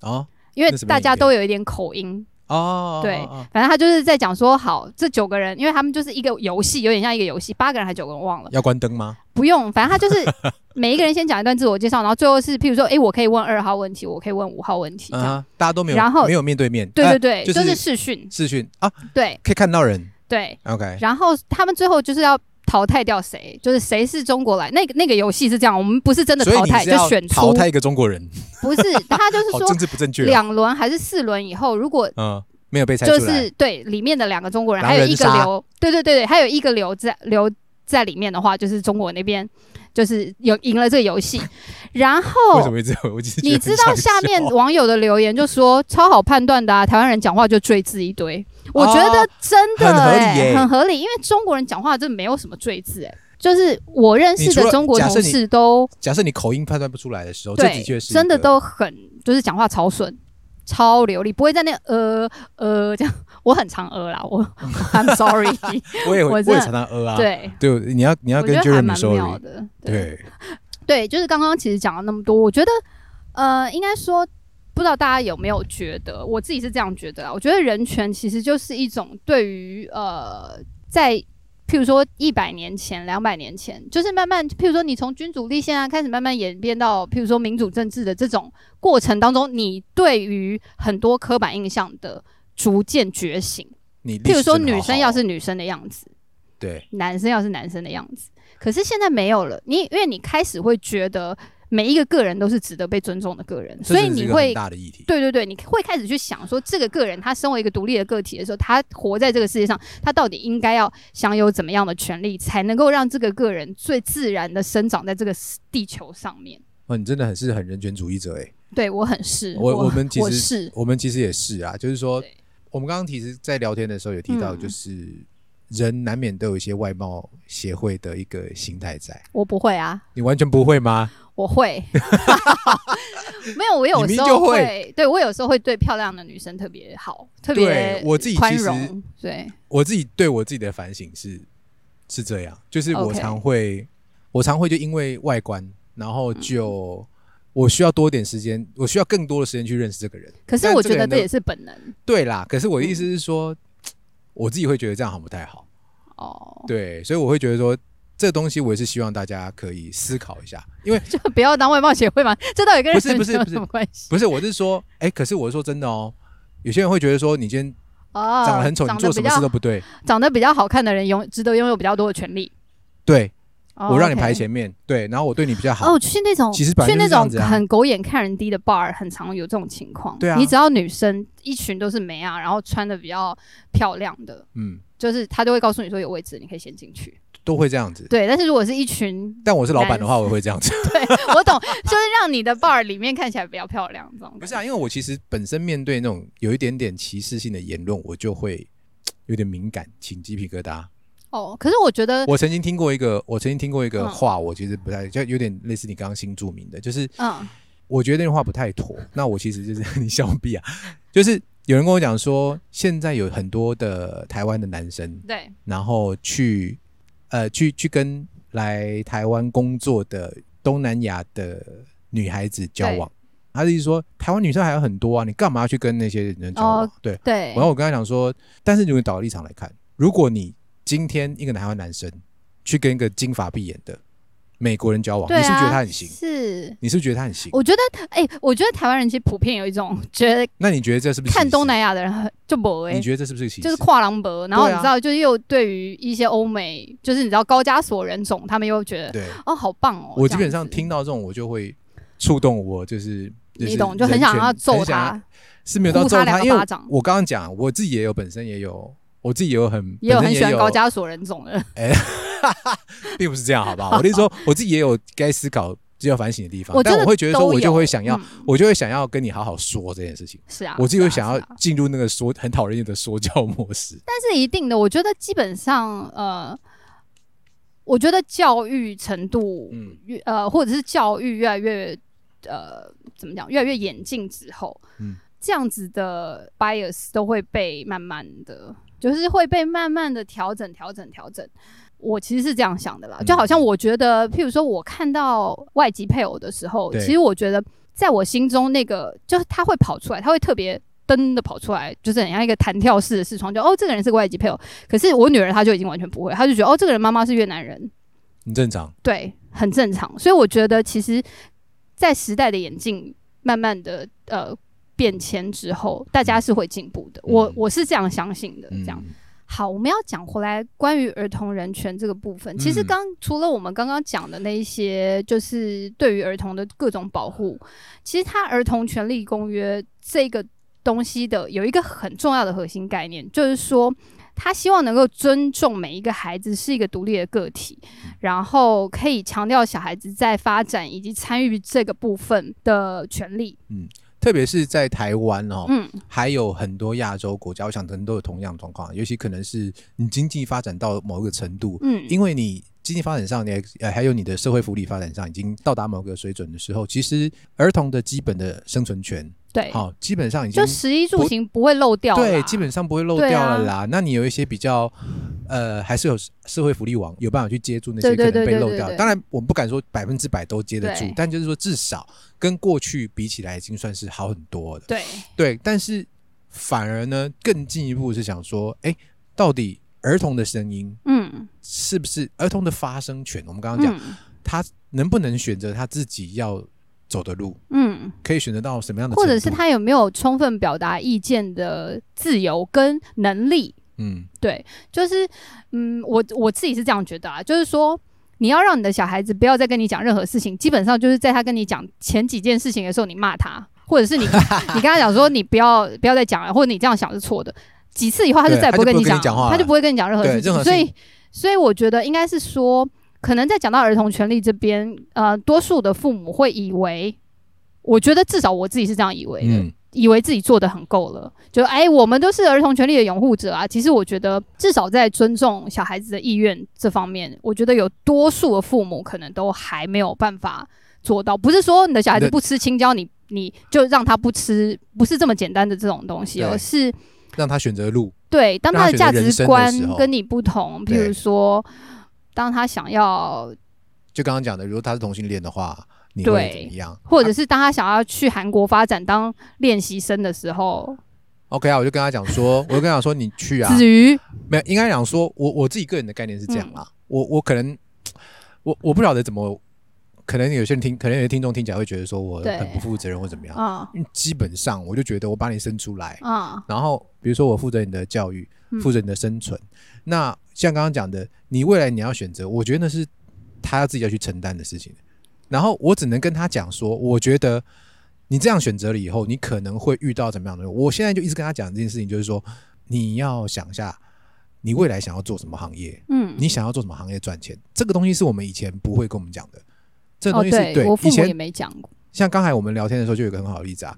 S2: 哦
S3: 因为
S2: 那什么
S3: 大家
S2: 影片
S3: 都有一点口音，
S2: 哦，
S3: 对
S2: 哦哦
S3: 反正他就是在讲说，好，这九个人，因为他们就是一个游戏，有点像一个游戏，八个人还是九个人忘了，
S2: 要关灯吗？
S3: 不用，反正他就是 每一个人先讲一段自我介绍，然后最后是，譬如说，诶，我可以问二号问题，我可以问五号问题，这样，
S2: 啊，大家都没有，
S3: 然后
S2: 没有面对面，
S3: 对
S2: 啊
S3: 对对，
S2: 就是
S3: 就是视讯，
S2: 视讯啊，
S3: 对
S2: 可以看到人
S3: 对，
S2: ，OK，
S3: 然后他们最后就是要。淘汰掉谁？就是谁是中国来？那个那个游戏是这样，我们不是真的
S2: 所以
S3: 淘
S2: 你
S3: 汰，
S2: 是
S3: 就
S2: 要
S3: 选出
S2: 淘汰一个中国人，
S3: 不是他就 是
S2: 好
S3: 说
S2: 政治不正确哦，
S3: 两轮还是四轮以后，如果
S2: 嗯，没有被猜
S3: 就
S2: 出来
S3: 是，对里面的两个中国人，
S2: 狼
S3: 还
S2: 人
S3: 有一个
S2: 杀
S3: 留，对对对对，还有一个留在留在里面的话，就是中国那边就是有赢了这个游戏，然
S2: 为什
S3: 后
S2: 么会这 样？我只是觉
S3: 哦
S2: 得
S3: 你知
S2: 很
S3: 道
S2: 想
S3: 下
S2: 笑哦
S3: 面网友的留言就说超好判断的啊，台湾人讲话就赘字一堆，我觉得真的、
S2: 哦很合理
S3: 欸
S2: 耶
S3: 很合理，因为中国人讲话真的没有什么赘字哎、就是我认识
S2: 你除
S3: 的
S2: 了
S3: 中国
S2: 假设
S3: 同
S2: 你
S3: 事都
S2: 假设你口音判断不出来的时候，这的
S3: 对
S2: 确是一
S3: 真的
S2: 个
S3: 都很就是讲话超顺。超流利，不会在那呃呃这样。我很常呃啦，我 I'm sorry。
S2: 我也会
S3: 我
S2: 我也
S3: 真的
S2: 常常 呃啊，
S3: 对，
S2: 对，你要你要
S3: 我觉
S2: 跟
S3: 得还
S2: Jeremy
S3: 蛮妙
S2: 说，
S3: 的。
S2: 对，
S3: 对，就是刚刚其实讲了那么多，我觉得呃，应该说不知道大家有没有觉得，我自己是这样觉得啊。我觉得人权其实就是一种对于呃，在譬如说一百年前、两百年前，就是慢慢譬如说你从君主立宪啊开始慢慢演变到譬如说民主政治的这种过程当中，你对于很多刻板印象的逐渐觉醒。
S2: 你历
S3: 譬如
S2: 史
S3: 说
S2: 真的好
S3: 女生
S2: 好
S3: 要
S2: 哦
S3: 是女生的样子。
S2: 对
S3: 男生要是男生的样子。可是现在没有了，你因为你开始会觉得每一个个人都是值得被尊重的个人，
S2: 这
S3: 所以
S2: 真的是一
S3: 你
S2: 个很
S3: 会
S2: 大的议题，
S3: 对对对，你会开始去想说，这个个人他身为一个独立的个体的时候，他活在这个世界上，他到底应该要享有怎么样的权利，才能够让这个个人最自然的生长在这个地球上面？
S2: 哦，你真的很是很人权主义者哎。
S3: 对我很是，
S2: 我
S3: 我
S2: 我们其
S3: 我
S2: 实
S3: 是
S2: 我们其实也是啊，就是说
S3: 对，
S2: 我们刚刚其实，在聊天的时候有提到，
S3: 嗯
S2: 就是人难免都有一些外貌协会的一个形态在。
S3: 我不会啊，
S2: 你完全不会吗？
S3: 我 会，没有，我有
S2: 你明
S3: 时
S2: 明就
S3: 候
S2: 会
S3: 会，对我有时候会对漂亮的女生特别好，特
S2: 对
S3: 别
S2: 我自己其
S3: 宽
S2: 实
S3: 容，对，
S2: 我自己对我自己的反省是是这样，就是我
S3: OK
S2: 常会我常会就因为外观，然后
S3: 嗯
S2: 就、我需要多点时间，我需要更多的时间去认识这个人。
S3: 可是
S2: 但
S3: 我
S2: 这
S3: 觉
S2: 个
S3: 得
S2: 人
S3: 这
S2: 的
S3: 也是本能
S2: 对啦，可是我的意思
S3: 嗯
S2: 是说，我自己会觉得这样好像不太好。
S3: 哦，
S2: 对，所以我会觉得说，这个东西我也是希望大家可以思考一下，因为
S3: 就不要当外貌协会嘛，这到底跟
S2: 不是
S3: 人
S2: 不是
S3: 有
S2: 不是
S3: 什么关系？
S2: 不是，我是说，哎、可是我是说真的哦，有些人会觉得说，你今天
S3: 哦，
S2: 长得很丑，你
S3: 长
S2: 做
S3: 得
S2: 什
S3: 比
S2: 么
S3: 较
S2: 事都不对。
S3: 长得比较好看的人拥值得拥有比较多的权利
S2: 对，
S3: 哦
S2: 我让你
S3: OK
S2: 排前面，对，然后我对你比较好
S3: 哦，，去那种
S2: 其实本来就
S3: 去那
S2: 是这样
S3: 种
S2: 子啊
S3: 很狗眼看人低的 bar，很常有这种情况。
S2: 对啊
S3: 你只要女生一群都是美啊，然后穿的比较漂亮的，
S2: 嗯，
S3: 就是他就会告诉你说有位置，你可以先进去。
S2: 都会这样子。
S3: 对，但是如果是一群，
S2: 但我是老板的话，我也会这样子。
S3: 我懂，就是让你的 bar 里面看起来比较漂亮这种感觉。
S2: 不是啊，因为我其实本身面对那种有一点点歧视性的言论，我就会有点敏感，起鸡皮疙瘩。
S3: 哦，可是我觉得，
S2: 我曾经听过一个，我曾经听过一个
S3: 嗯
S2: 话，我其实不太，就有点类似你刚刚新著名的，就是
S3: 嗯，
S2: 我觉得那句话不太妥。那我其实就是 你笑屁啊，就是有人跟我讲说，现在有很多的台湾的男生，
S3: 对，
S2: 然后去呃去去跟来台湾工作的东南亚的女孩子交往。他的意思说，台湾女生还有很多啊，你干嘛要去跟那些人交往？
S3: 哦
S2: 对。
S3: 对
S2: 然，后我跟他讲说，但是如果你倒立场来看，如果你今天一个台湾男生去跟一个金发碧眼的美国人交往，
S3: 对
S2: 你是不是觉得
S3: 啊，
S2: 他很行？
S3: 是。
S2: 你是不是觉得他很行？
S3: 我觉得，哎、我觉得台湾人其实普遍有一种觉得
S2: 那你觉得这是不是歧
S3: 看
S2: 视
S3: 东南亚的人很就不哎、
S2: 你觉得这是不是歧视？
S3: 就是跨狼博，然后
S2: 对啊
S3: 你知道，就是又对于一些欧美，就是你知道高加索人种，他们又觉得
S2: 对，
S3: 哦，好棒哦。
S2: 我基
S3: 这样
S2: 本上
S3: 子
S2: 听到这种，我就会触动我，就是。
S3: 你
S2: 是
S3: 懂，就很
S2: 人
S3: 想
S2: 权
S3: 要揍
S2: 很想要
S3: 他，
S2: 是没有到
S3: 呼
S2: 揍
S3: 他两个
S2: 因为
S3: 巴掌
S2: 我刚刚讲，我自己也有，本身也有，我自己也有很，
S3: 也有
S2: 本身
S3: 很喜欢
S2: 有
S3: 高，加索人种的。
S2: 并不是这样，好不好？我跟你 说，我自己也有该思考、需要反省的地方，
S3: 真
S2: 但
S3: 的
S2: 我会觉得说，
S3: 都
S2: 我就
S3: 有
S2: 会想要，
S3: 嗯
S2: 我就会想要跟你好好说这件事情，
S3: 是啊，
S2: 我自己
S3: 是
S2: 会
S3: 啊
S2: 想
S3: 是
S2: 要
S3: 啊
S2: 进入那个说很讨人厌的说教模式。
S3: 但是一定的，我觉得基本上呃。我觉得教育程度
S2: 嗯
S3: 越呃，或者是教育越来越呃，怎么讲，越来越演进之后，
S2: 嗯
S3: 这样子的 bias 都会被慢慢的，就是会被慢慢的调整、调整、调整。我其实是这样想的啦，
S2: 嗯
S3: 就好像我觉得，譬如说我看到外籍配偶的时候，
S2: 对
S3: 其实我觉得在我心中那个就是他会跑出来，他会特别。噔的跑出来，就是很像一个弹跳式的视窗，就哦，这个人是个外籍配偶。可是我女儿她就已经完全不会，她就觉得哦，这个人妈妈是越南人，
S2: 很正常，
S3: 对，很正常。所以我觉得，其实，在时代的演进慢慢的呃变迁之后，大家是会进步的。我
S2: 嗯
S3: 我是这样相信的。这
S2: 嗯
S3: 样、好，我们要讲回来关于儿童人权这个部分。其实
S2: 嗯
S3: 刚除了我们刚刚讲的那一些，就是对于儿童的各种保护，其实它《儿童权利公约》这个东西的有一个很重要的核心概念，就是说。他希望能够尊重每一个孩子是一个独立的个体，
S2: 嗯
S3: 然后可以强调小孩子在发展以及参与这个部分的权利。
S2: 特别是在台湾哦，
S3: 嗯，
S2: 还有很多亚洲国家，我想可能都有同样的状况，啊尤其可能是你经济发展到某一个程度，
S3: 嗯
S2: 因为你经济发展上，你还呃还有你的社会福利发展上已经到达某个水准的时候，其实儿童的基本的生存权，
S3: 对，
S2: 好、基本上已经
S3: 就食衣住行不会漏掉啦。啊
S2: 对，基本上不会漏掉了啦。那你有一些比较。呃，还是有社会福利网有办法去接住那些
S3: 对对
S2: 可能被
S3: 对对
S2: 漏
S3: 对
S2: 掉的。
S3: 对
S2: 当然，我们不敢说百分之百都接得住
S3: 对，
S2: 但就是说至少跟过去比起来，已经算是好很多了。
S3: 对，
S2: 对，但是反而呢，更进一步是想说，哎，到底儿童的声音
S3: 嗯，
S2: 是不是儿童的发声权？我们刚刚讲，
S3: 嗯
S2: 他能不能选择他自己要走的路，
S3: 嗯，
S2: 可以选择到什么样的程
S3: 或
S2: 度，
S3: 者是他有没有充分表达意见的自由跟能力？
S2: 嗯
S3: 对，就是嗯，我我自己是这样觉得啊，就是说。你要让你的小孩子不要再跟你讲任何事情，基本上就是在他跟你讲前几件事情的时候，你骂他，或者 是你你跟他讲说你不要不要再讲了，或者你这样想是错的，几次以后他就
S2: 对
S3: 再也不会
S2: 他就不
S3: 跟
S2: 会
S3: 你
S2: 跟
S3: 讲
S2: 你讲话
S3: 了，他就
S2: 了
S3: 不会跟你讲任何
S2: 对
S3: 事
S2: 任何
S3: 情。所
S2: 事
S3: 以所以我觉得应该是说，可能在讲到儿童权利这边，呃，多数的父母会以为，我觉得至少我自己是这样以为的，
S2: 嗯，
S3: 以为自己做的很够了，就哎，我们都是儿童权利的拥护者啊。其实我觉得，至少在尊重小孩子的意愿这方面，我觉得有多数的父母可能都还没有办法做到。不是说你的小孩子
S2: 对
S3: 不吃青椒，你你就让他不吃，不是这么简单的这种东西，
S2: 对
S3: 而是
S2: 让他选择的路，
S3: 对当
S2: 让他
S3: 他的价
S2: 选择人
S3: 值
S2: 生的
S3: 观
S2: 时候
S3: 跟你不同，
S2: 对
S3: 譬如说，当他想要，
S2: 就刚刚讲的，如果他是同性恋的话，你会怎
S3: 对
S2: 么样？
S3: 或者是当他想要去韩国发展当练习生的时候，
S2: OK 啊，我就跟他讲说，我就跟他讲说，你去啊，
S3: 子瑜，
S2: 没有，应该讲说，我我自己个人的概念是这样
S3: 嗯
S2: 啦，我我可能我我不晓得怎么，可能有些人听，可能有些听众听起来会觉得说我
S3: 对
S2: 很不负责任或怎么样，
S3: 啊
S2: 嗯基本上我就觉得我把你生出来，
S3: 啊，
S2: 然后比如说我负责你的教育，
S3: 嗯
S2: 负责你的生存。那像刚刚讲的，你未来你要选择，我觉得那是他要自己要去承担的事情。然后我只能跟他讲说，我觉得你这样选择了以后，你可能会遇到怎么样的人。我现在就一直跟他讲这件事情，就是说你要想一下，你未来想要做什么行业，
S3: 嗯，
S2: 你想要做什么行业赚钱，这个东西是我们以前不会跟我们讲的。这个
S3: 哦，
S2: 东西是、
S3: 我父
S2: 以
S3: 母
S2: 前
S3: 也没讲过，
S2: 像刚才我们聊天的时候，就有一个很好的例子啊。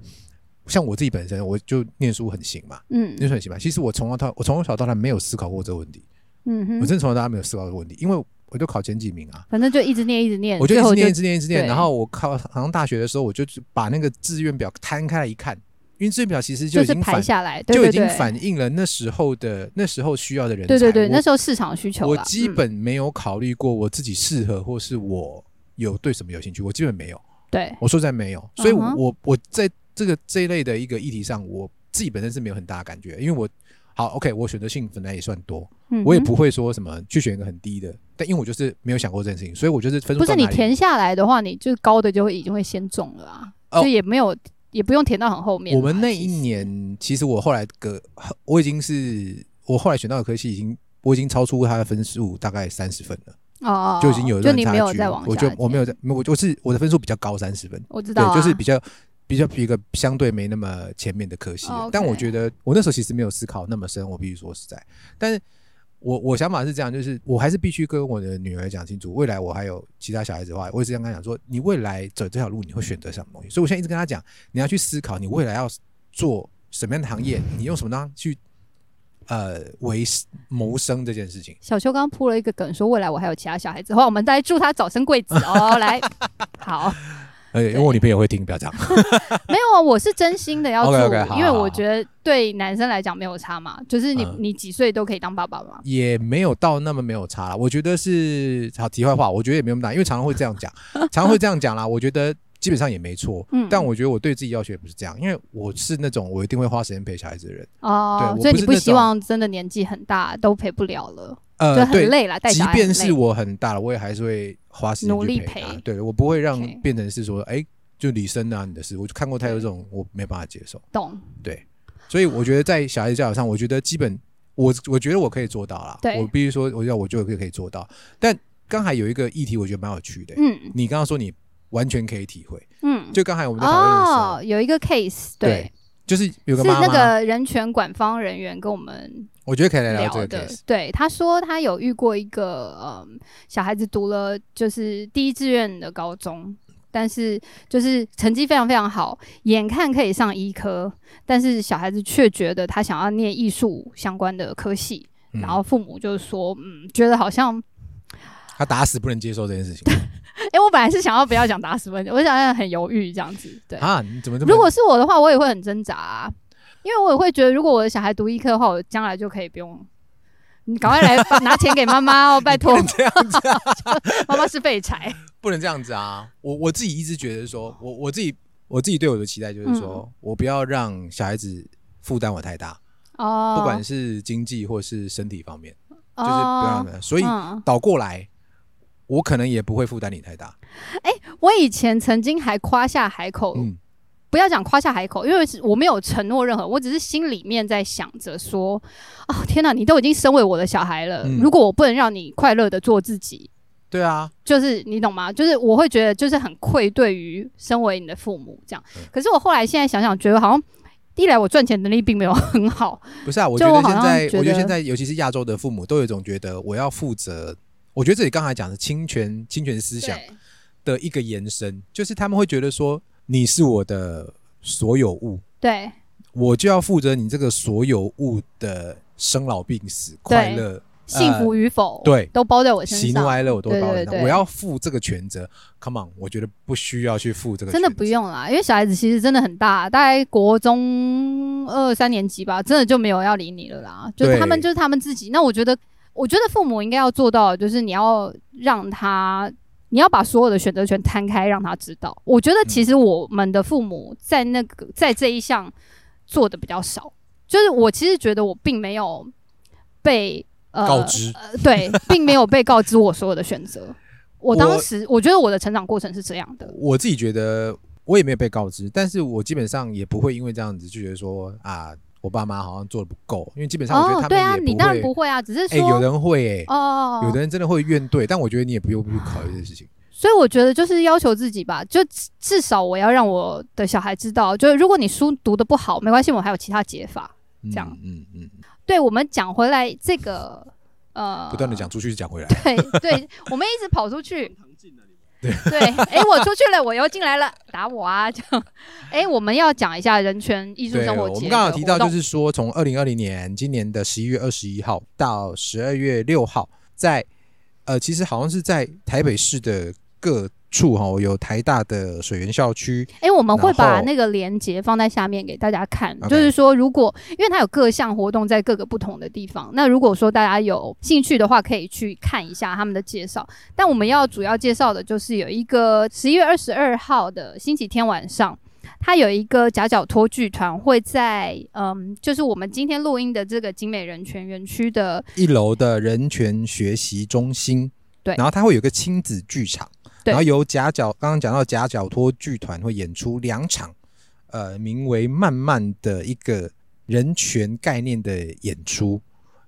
S2: 像我自己本身，我就念书很行嘛，
S3: 嗯
S2: 念书很行嘛。其实我从小到我从小到大没有思考过这个问题，
S3: 嗯
S2: 我
S3: 哼，
S2: 真的从小到大没有思考过这个问题，因为我就考前几名啊，
S3: 反正就一直念一直念，
S2: 我就
S3: 嗯最
S2: 一直
S3: 后
S2: 念一直念一直念。
S3: 对
S2: 然后我考上大学的时候，我就把那个志愿表摊开来一看，因为志愿表其实
S3: 就
S2: 已
S3: 是
S2: 经
S3: 排
S2: 反
S3: 下来，对
S2: 就
S3: 对
S2: 已经
S3: 对，
S2: 反映了那时候的那时候需要的人才。
S3: 对对对，
S2: 我
S3: 那时候市场需求
S2: 我
S3: 啦
S2: 基
S3: 嗯
S2: 本没有考虑过我自己适合或是我有对什么有兴趣，我基本没有。
S3: 对，
S2: 我说实在没有，所以
S3: 嗯
S2: 我
S3: 哼
S2: 我我在这个这一类的一个议题上，我自己本身是没有很大的感觉，因为我好 OK，我选择性本来也算多，
S3: 嗯
S2: 我也
S3: 哼
S2: 不会说什么去选一个很低的，但因为我就是没有想过这件事情，所以我就是分数
S3: 不是
S2: 到
S3: 你
S2: 哪里
S3: 填下来的话，你就高的就会已经会先中了啊，
S2: 哦
S3: 就也没有也不用填到很后面啦。
S2: 我们那一
S3: 其实，
S2: 年，其实我后来隔，我已经是我后来选到的科系已经。我已经超出他的分数大概三十分了，
S3: 哦哦，哦
S2: 就已经有一
S3: 就
S2: 段
S3: 你
S2: 差
S3: 没
S2: 距
S3: 有再往。
S2: 我
S3: 下
S2: 就我没有
S3: 填，
S2: 在，没有我就是我的分数比较高三十分，
S3: 我知道
S2: 对，
S3: 啊，
S2: 就是比较比较一个相对没那么前面的科系了。
S3: 哦，OK
S2: 但我觉得我那时候其实没有思考那么深，我必须说实在。但是我我想法是这样，就是我还是必须跟我的女儿讲清楚，未来我还有其他小孩子的话，我也是这样跟她讲说，你未来走这条路你会选择什么东西。所以我现在一直跟她讲，你要去思考你未来要做什么样的行业，你用什么方法去呃为谋生这件事情。
S3: 小秋刚铺了一个梗，说未来我还有其他小孩子的话，我们再祝他早生贵子 哦。来，好，
S2: 而呃且因为我女朋友会听，不要这样。
S3: 没有啊，我是真心的要祝
S2: OK，OK，好
S3: 因为
S2: 好好
S3: 我觉得对男生来讲没有差嘛，就是你、
S2: 嗯
S3: 你几岁都可以当爸爸嘛。
S2: 也没有到那么没有差啦。我觉得是好题外话，
S3: 嗯
S2: 我觉得也没有那么大，因为常常会这样讲， 常常会这样讲啦。我觉得基本上也没错，
S3: 嗯
S2: 但我觉得我对自己要求也不是这样，因为我是那种我一定会花时间陪小孩子的人。对
S3: 哦
S2: 我，
S3: 所
S2: 不
S3: 以你
S2: 是
S3: 不
S2: 那
S3: 希
S2: 种
S3: 望真的年纪很大都陪不了了，
S2: 呃，
S3: 就很
S2: 对，
S3: 累啦。带
S2: 即
S3: 小孩
S2: 便
S3: 很
S2: 是
S3: 累
S2: 我很大了，我也还是会花时间
S3: 努
S2: 去
S3: 力
S2: 陪他
S3: 陪。
S2: 对我不会让
S3: OK
S2: 变成是说，哎、就李生啊，你的事，我就看过太多这种，我没办法接受。
S3: 懂，
S2: 所以我觉得在小孩子教育上，我觉得基本我我觉得我可以做到啦。
S3: 对
S2: 我必须说，我要我就可以做到。但刚才有一个议题，我觉得蛮有趣的、
S3: 嗯
S2: 你刚刚说你完全可以体会，
S3: 嗯，
S2: 就刚才我们在讨论的时候，
S3: 哦，有一个 case，对，
S2: 就是有个
S3: 是
S2: 妈妈，
S3: 那个人权管方人员跟我们
S2: 我觉得可以来聊
S3: 聊
S2: 这个
S3: 的
S2: case。，
S3: 对，他说他有遇过一个嗯，小孩子读了就是第一志愿的高中，但是就是成绩非常非常好，眼看可以上医科，但是小孩子却觉得他想要念艺术相关的科系，
S2: 嗯
S3: 然后父母就说，嗯，觉得好像
S2: 他打死不能接受这件事情
S3: 诶，我本来是想要不要讲打十分，我想要很犹豫这样子。对，
S2: 啊！你怎么这么
S3: 如果是我的话，我也会很挣扎、啊，因为我也会觉得，如果我的小孩读医科的话，我将来就可以不用。你赶快来 把拿钱给 妈妈哦，拜托，
S2: 这样子啊、
S3: 妈妈是废柴。
S2: 不能这样子啊！我我自己一直觉得说，我我自己我自己对我的期待就是说，
S3: 嗯
S2: 我不要让小孩子负担我太大，
S3: 哦，
S2: 不管是经济或是身体方面，
S3: 就
S2: 就是不要让他们。所以
S3: 嗯，
S2: 倒过来，我可能也不会负担你太大。
S3: 我以前曾经还夸下海口，
S2: 嗯
S3: 不要讲夸下海口，因为是我没有承诺任何，我只是心里面在想着说，哦天哪，你都已经身为我的小孩了，
S2: 嗯
S3: 如果我不能让你快乐的做自己，
S2: 对啊，
S3: 就是你懂吗？就是我会觉得就是很愧对于身为你的父母这样
S2: 嗯。
S3: 可是我后来现在想想，觉得好像一来我赚钱能力并没有很好，
S2: 不是啊，我
S3: 就
S2: 觉得
S3: 我好
S2: 现
S3: 像
S2: 在，
S3: 觉
S2: 我觉得
S3: 得
S2: 现在，尤其是亚洲的父母，都有一种觉得我要负责。我觉得这里刚才讲的侵权、侵权思想的一个延伸，就是他们会觉得说你是我的所有物，
S3: 对
S2: 我就要负责你这个所有物的生老病死、快乐、
S3: 幸福与否，
S2: 呃对
S3: 都包在我身
S2: 喜怒
S3: 上，
S2: 哀乐，我都会
S3: 对
S2: 包
S3: 对
S2: 你的。
S3: 对
S2: 我要负这个全责。Come on，我觉得不需要去负这个，
S3: 真的不。用啦，因为小孩子其实真的很大，大概国中二三年级吧，真的就没有要理你了啦，就是
S2: 对
S3: 他们就是他们自己。那我觉得，我觉得父母应该要做到的就是你要让他。你要把所有的选择权摊开，让他知道。我觉
S2: 嗯
S3: 得其实我们的父母在那个在这一项做的比较少，就是我其实觉得我并没有被呃
S2: 告知
S3: 呃对，并没有被告知我所有的选择。我当时我觉得我的成长过程是这样的，
S2: 我自己觉得我也没有被告知，但是我基本上也不会因为这样子就觉得说啊，我爸妈好像做的不够，因为基本上我觉得
S3: 哦，
S2: 他
S3: 对啊，
S2: 们
S3: 你
S2: 也
S3: 当然
S2: 会
S3: 不。会啊，只是
S2: 哎、
S3: 说
S2: 有人会哎、
S3: 哦，
S2: 有的人真的会怨怼，但我觉得你也不用去考虑这件事情。
S3: 所以我觉得就是要求自己吧，就至至少我要让我的小孩知道，就是如果你书读的不好，没关系，我还有其他解法。
S2: 嗯
S3: 这样
S2: 嗯嗯，
S3: 对我们讲回来这个呃，
S2: 不断的讲出去讲回来，
S3: 对对，我们一直跑出去。对，哎、我出去了，我又进来了，打我啊！这样，哎、我们要讲一下人权艺术
S2: 对，
S3: 生活节。
S2: 我们刚好提到，就，是说，从二零二零年今年的十一月二十一号到十二月六号，在呃，其实好像是在台北市的各处哈、有台大的水源校区，
S3: 哎、我们会
S2: 然
S3: 把
S2: 后
S3: 那个链接放在下面给大家看。
S2: OK
S3: 就是说，如果因为它有各项活动在各个不同的地方，那如果说大家有兴趣的话，可以去看一下他们的介绍。但我们要主要介绍的就是有一个十一月二十二号的星期天晚上。它有一个夹角托剧团会在，嗯，就是我们今天录音的这个景美人权园区的，
S2: 一楼的人权学习中心，
S3: 对
S2: 然后它会有个亲子剧场，
S3: 对
S2: 然后由夹角刚刚讲到夹角托剧团会演出两场，呃，名为《慢慢》的一个人权概念的演出，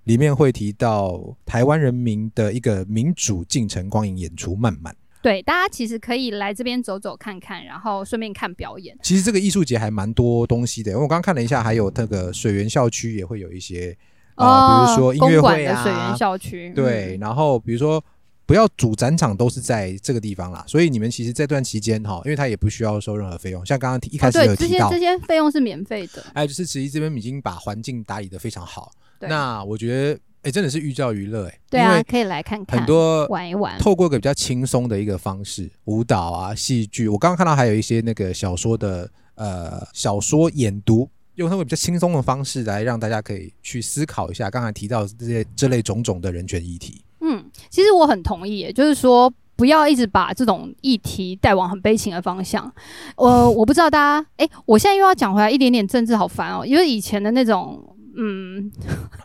S2: 里面会提到台湾人民的一个民主进程光影演出《慢慢》。
S3: 对，大家其实可以来这边走走看看，然后顺便看表演。
S2: 其实这个艺术节还蛮多东西的，因为我刚刚看了一下，还有那个水源校区也会有一些啊、呃比如说音乐
S3: 哦公馆
S2: 会
S3: 的
S2: 啊，
S3: 水源校区，
S2: 对，
S3: 嗯
S2: 然后比如说不要主展场都是在这个地方啦，所以你们其实这段期间哈，因为它也不需要收任何费用，像刚刚一开始有
S3: 哦对，这
S2: 提
S3: 些
S2: 到
S3: 这，些费用是免费的，
S2: 哎，就是其实这边已经把环境打理的非常好，
S3: 对
S2: 那我觉得哎真的是寓教于乐哎，
S3: 对
S2: 因
S3: 啊，
S2: 为
S3: 可以来看看，
S2: 很多
S3: 玩一玩，
S2: 透过一个比较轻松的一个方式，舞蹈啊、戏剧。我刚刚看到还有一些那个小说的呃小说演读，用那种比较轻松的方式来让大家可以去思考一下刚才提到的这些这类种种的人权议题。
S3: 嗯，其实我很同意耶，就是说不要一直把这种议题带往很悲情的方向。呃，我不知道大家，诶，我现在又要讲回来一点点政治，好烦哦，因为以前的那种。嗯，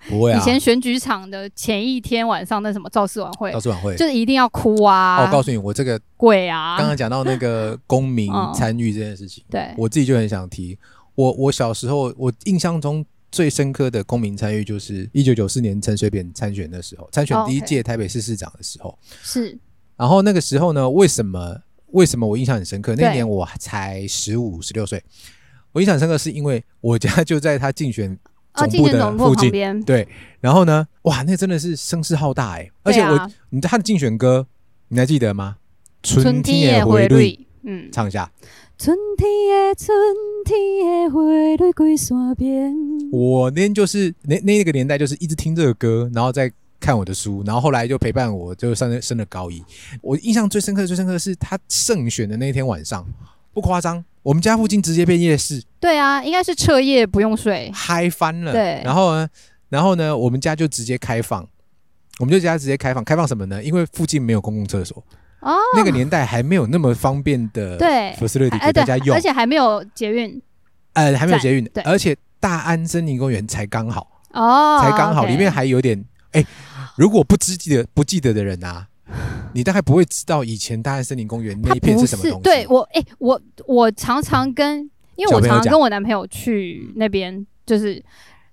S2: 不会
S3: 以
S2: 啊，
S3: 前选举场的前一天晚上那什么造势晚会
S2: 到，时晚会。
S3: 就是一定要哭啊，
S2: 哦，我告诉你，我这个
S3: 鬼啊，
S2: 刚刚讲到那个公 民
S3: 嗯
S2: 参与这件事情，
S3: 对，
S2: 我自己就很想提。我我小时候，我印象中最深刻的公民参与就是一九九四年陈水扁参选的时候，参选
S3: 哦
S2: 第一
S3: OK
S2: 届台北市市长的时候。
S3: 是
S2: 然后那个时候呢，为什么为什么我印象很深刻？那
S3: 对
S2: 年我才十五十六岁，我印象很深刻是因为我家就在他竞选
S3: 啊，
S2: 总
S3: 竞
S2: 部
S3: 选
S2: 的
S3: 总部
S2: 附
S3: 旁
S2: 近，
S3: 边，
S2: 对。然后呢，哇，那真的是声势浩大哎、而且
S3: 对
S2: 我，
S3: 啊
S2: 你他的竞选歌你还记得吗？
S3: 春天也回
S2: 绿，
S3: 绿，嗯，
S2: 唱一下。
S1: 春天的春天的花蕊归山边，
S2: 我那天就是那那个年代，就是一直听这个歌，然后再看我的书，然后后来就陪伴我，就上升了高一。我印象最深刻、最深刻的是他胜选的那天晚上，不夸张，我们家附近直接变夜市，
S3: 对啊，应该是彻夜不用 睡，
S2: 嗨翻了。
S3: 对
S2: 然后呢，然后呢，我们家就直接开放，我们就家直接开放，开放什么呢？因为附近没有公共厕所，
S3: 哦，
S2: 那个年代还没有那么方便的
S3: 对
S2: facility
S3: 哎
S2: 给
S3: 对
S2: 大家，用
S3: 而，且还没有捷运
S2: 呃，还没有捷运
S3: 对，
S2: 而且大安森林公园才刚好。
S3: 哦，
S2: 才刚好，
S3: OK
S2: 里面还有点哎、如果不知记得不记得的人啊，你大概不会知道以前大安森林公园
S3: 它
S2: 那一片
S3: 不
S2: 什么东西。
S3: 对我，哎、我我常常跟，因为
S2: 小
S3: 我
S2: 朋友
S3: 常常
S2: 讲
S3: 跟我男朋友去那边，就是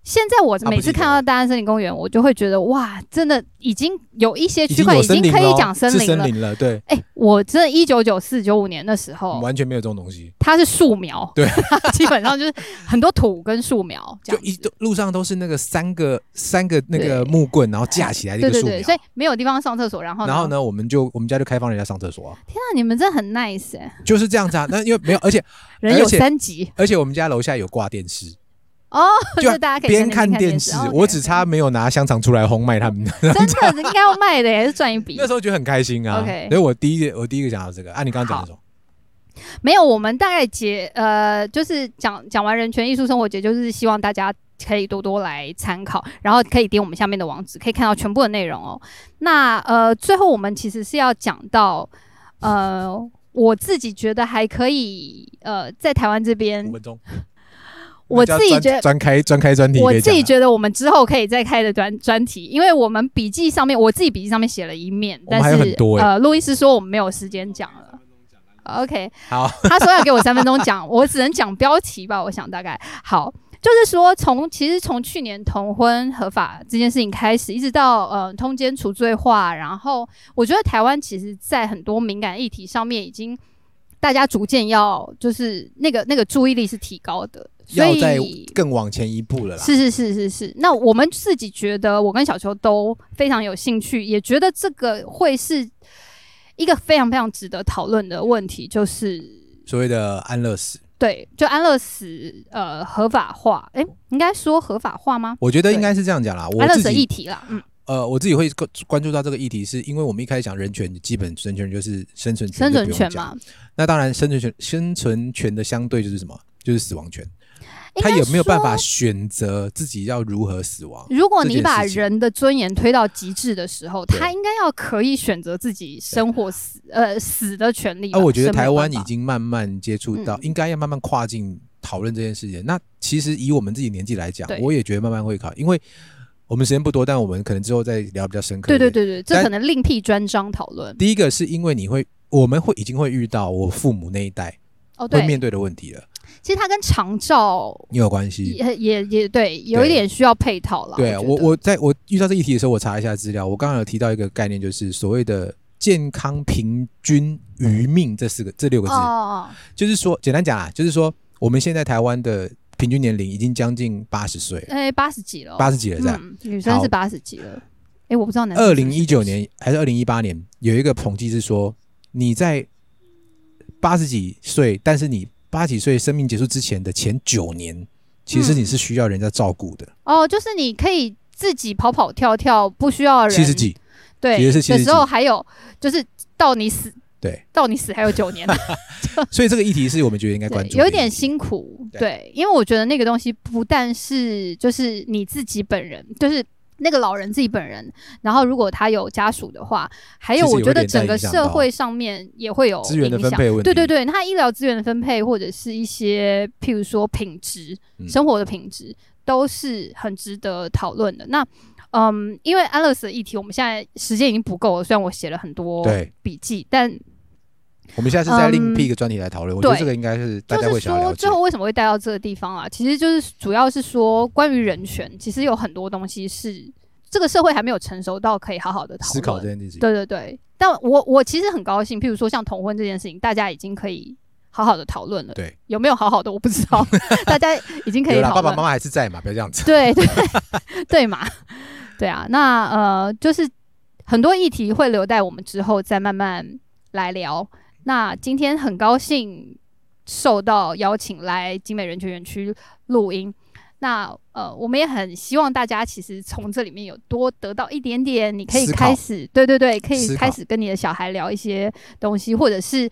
S3: 现在我
S2: 啊他不
S3: 每次
S2: 记得
S3: 看到大安森林公园，我就会觉得哇，真的已经有一些
S2: 已
S3: 区
S2: 经
S3: 块
S2: 有
S3: 已
S2: 森
S3: 经
S2: 林
S3: 可
S2: 了
S3: 以
S2: 哦
S3: 讲森
S2: 是
S3: 林
S2: 森
S3: 了。
S2: 林了，对，
S3: 哎、我真的，一九九四九五年的时候，
S2: 完全没有这种东西，
S3: 它是树苗，
S2: 对，
S3: 基本上就是很多土跟树苗这
S2: 就
S3: 样
S2: 一
S3: 子。
S2: 路上都是那个三个三个那个
S3: 对
S2: 木棍，然后架起来的
S3: 对
S2: 一个
S3: 对
S2: 树
S3: 对，所
S2: 苗
S3: 以。没有地方上厕所，然后
S2: 然后？呢，我们就我们家就开放人家上厕所啊，
S3: 天啊，你们真的很 nice 哎、
S2: 就是这样子啊。那因为没有，而且
S3: 人有
S2: 而且
S3: 三级
S2: 而且我们家楼下有挂电视，
S3: 哦，
S2: 就
S3: 就是大家可以
S2: 边
S3: 在那
S2: 看
S3: 边
S2: 电
S3: 视
S2: 视，，
S3: 哦
S2: 我
S3: ，OK
S2: 只差没有拿香肠出来轰卖他们。
S3: 真的应该要卖的耶，也是赚一笔
S2: 那。时候觉得很开心啊。
S3: OK
S2: 所以我第一个我第一个讲到这个，啊，你刚刚讲的什么？
S3: 没有，我们大概解呃，就是讲讲完人权艺术生活节，就是希望大家可以多多来参考，然后可以点我们下面的网址，可以看到全部的内容哦。那呃，最后我们其实是要讲到呃，我自己觉得还可以呃，在台湾这边
S2: 五，分钟。
S3: 我自己觉得
S2: 专开专开专题，
S3: 我自己觉得我们之后可以再开的专专题，因为我们笔记上面，我自己笔记上面写了一面，
S2: 我们
S3: 但
S2: 还有
S3: 是
S2: 很多欸
S3: 呃，路易斯说我们没有时间讲了。OK，
S2: 好，
S3: 他说要给我三分钟讲，我只能讲标题吧，我想大概好。就是说从其实从去年同婚合法这件事情开始，一直到呃通奸除罪化，然后我觉得台湾其实在很多敏感议题上面已经。大家逐渐要就是那个那个注意力是提高的，所
S2: 要再
S3: 以
S2: 更往前一步了啦。
S3: 是是是是是，那我们自己觉得，我跟小球都非常有兴趣，也觉得这个会是一个非常非常值得讨论的问题，就是
S2: 所谓的安乐死，
S3: 对，就安乐死呃合法化，诶，应该说合法化吗？
S2: 我觉得应该是这样讲啦。我
S3: 安乐
S2: 自
S3: 死
S2: 己
S3: 议题啦，嗯，
S2: 呃，我自己会关关注到这个议题，是因为我们一开始讲人权，基本人权就是生存权，
S3: 生存
S2: 就不用
S3: 权
S2: 讲。
S3: 嘛，
S2: 那当然，生存权生存权的相对就是什么？就是死亡权。
S3: 应
S2: 他
S3: 该
S2: 有没有办法
S3: 说？
S2: 选择自己要如何死亡？
S3: 如果
S2: 这
S3: 你
S2: 件
S3: 把
S2: 事情
S3: 人的尊严推到极致的时候，
S2: 对
S3: 他应该要可以选择自己生或死，呃，死的权利吧。
S2: 啊，我觉得
S3: 生没
S2: 台
S3: 有
S2: 湾
S3: 办
S2: 已
S3: 法
S2: 经慢慢接触到，
S3: 嗯
S2: 应该要慢慢跨境讨论这件事情。那其实以我们自己年纪来讲
S3: 对，
S2: 我也觉得慢慢会考，因为我们时间不多，但我们可能之后再聊比较深刻。
S3: 对对。对对，这
S2: 但
S3: 可能另辟专章讨论。
S2: 第一个是因为你会，我们会已经会遇到我父母那一代
S3: 哦，对
S2: 会，面对的问题了，
S3: 其实它跟长照
S2: 也有关系。
S3: 也也也对，有
S2: 对
S3: 一点需要配套了。
S2: 对啊，
S3: 我
S2: 我
S3: 觉得
S2: 我在我遇到这议题的时候，我查一下资料，我刚刚有提到一个概念，就是所谓的健康平均余命这四个这六个字，
S3: 哦哦，哦
S2: 就是说简单讲啊，就是说我们现在台湾的平均年龄已经将近八十岁了，
S3: 哎，八十几了哦，
S2: 八十几了这样。
S3: 嗯，女生
S2: 好
S3: 是八十几了。哎，我不知道男生
S2: 二
S3: 是不
S2: 零
S3: 是
S2: 一九年还是二零一八年有一个统计是说，你在八十几岁，但是你八十几岁生命结束之前的前九年，其实
S3: 嗯
S2: 你是需要人家照顾的，
S3: 哦，就是你可以自己跑跑跳跳，不需嗯要人。
S2: 七十几，
S3: 对，
S2: 其实是70
S3: 的时候还有就是到你死
S2: 对，
S3: 到你死还有九年，
S2: 所以这个议题是我们觉得应该关
S3: 对，
S2: 注的议题，
S3: 有一点辛苦，
S2: 对
S3: 对，因为我觉得那个东西不但是就是你自己本人，就是。那个老人自己本人，然后如果他有家属的话，还有
S2: 其实
S3: 我
S2: 有
S3: 觉得
S2: 点
S3: 整个
S2: 影响到
S3: 社会上面也会有
S2: 啊资源的
S3: 影
S2: 分
S3: 响
S2: 配问题
S3: 对对对，他医疗资源的分配，或者是一些譬如说品质、
S2: 嗯
S3: 生活的品质，都是很值得讨论的。那嗯，因为安乐死的议题，我们现在时间已经不够了，虽然我写了很多
S2: 对。
S3: 笔记，但
S2: 我们下次再另
S3: 嗯
S2: 辟一个专题来讨论。我觉得
S3: 对
S2: 这个应该是大
S3: 嗯就
S2: 家
S3: 是
S2: 会想要
S3: 说，
S2: 了解
S3: 最。后为什么会带到这个地方啊？其实就是主要是说，关于人权，其实有很多东西是这个社会还没有成熟到可以好好的讨
S2: 思考这
S3: 论。
S2: 件事情，
S3: 对对对，但我我其实很高兴，譬如说像同婚这件事情，大家已经可以好好的讨论了。
S2: 对，
S3: 有没有好好的我不 知道，大家已经可以
S2: 有啦，
S3: 讨
S2: 爸爸
S3: 论
S2: 妈。妈还是在嘛，不要这样子。
S3: 对对 对嘛，对啊，那呃，就是很多议题会留待我们之后再慢慢来聊。那今天很高兴受到邀请来精美人权园区录音。那呃，我们也很希望大家其实从这里面有多得到一点点，你可以
S2: 思考
S3: 开始，对对对，可
S2: 思考
S3: 以开始跟你的小孩聊一些东西，或者是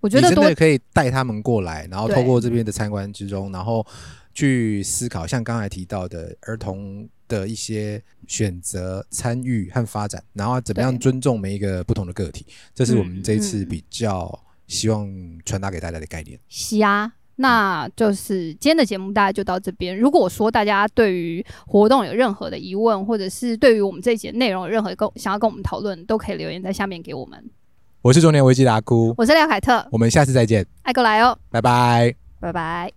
S3: 我觉
S2: 你
S3: 得
S2: 真
S3: 多
S2: 的可以带他们过来，然后
S3: 对
S2: 透过这边的参观之中，然后去思考，像刚才提到的儿童的一些选择、参与和发展，然后怎么样
S3: 对
S2: 尊重每一个不同的个体，这是我们
S3: 嗯
S2: 这一次
S3: 嗯
S2: 比较希望传达给大家的概念。
S3: 是啊，那就是今天的节目大概就到这边。如果说大家对于活动有任何的疑问，或者是对于我们这一节内容有任何跟想要跟我们讨论，都可以留言在下面给我们。
S2: 我是中年危机达姑，
S3: 我是廖凯特，
S2: 我们下次再见，
S3: 爱过来哦，
S2: 拜拜。
S3: 拜拜。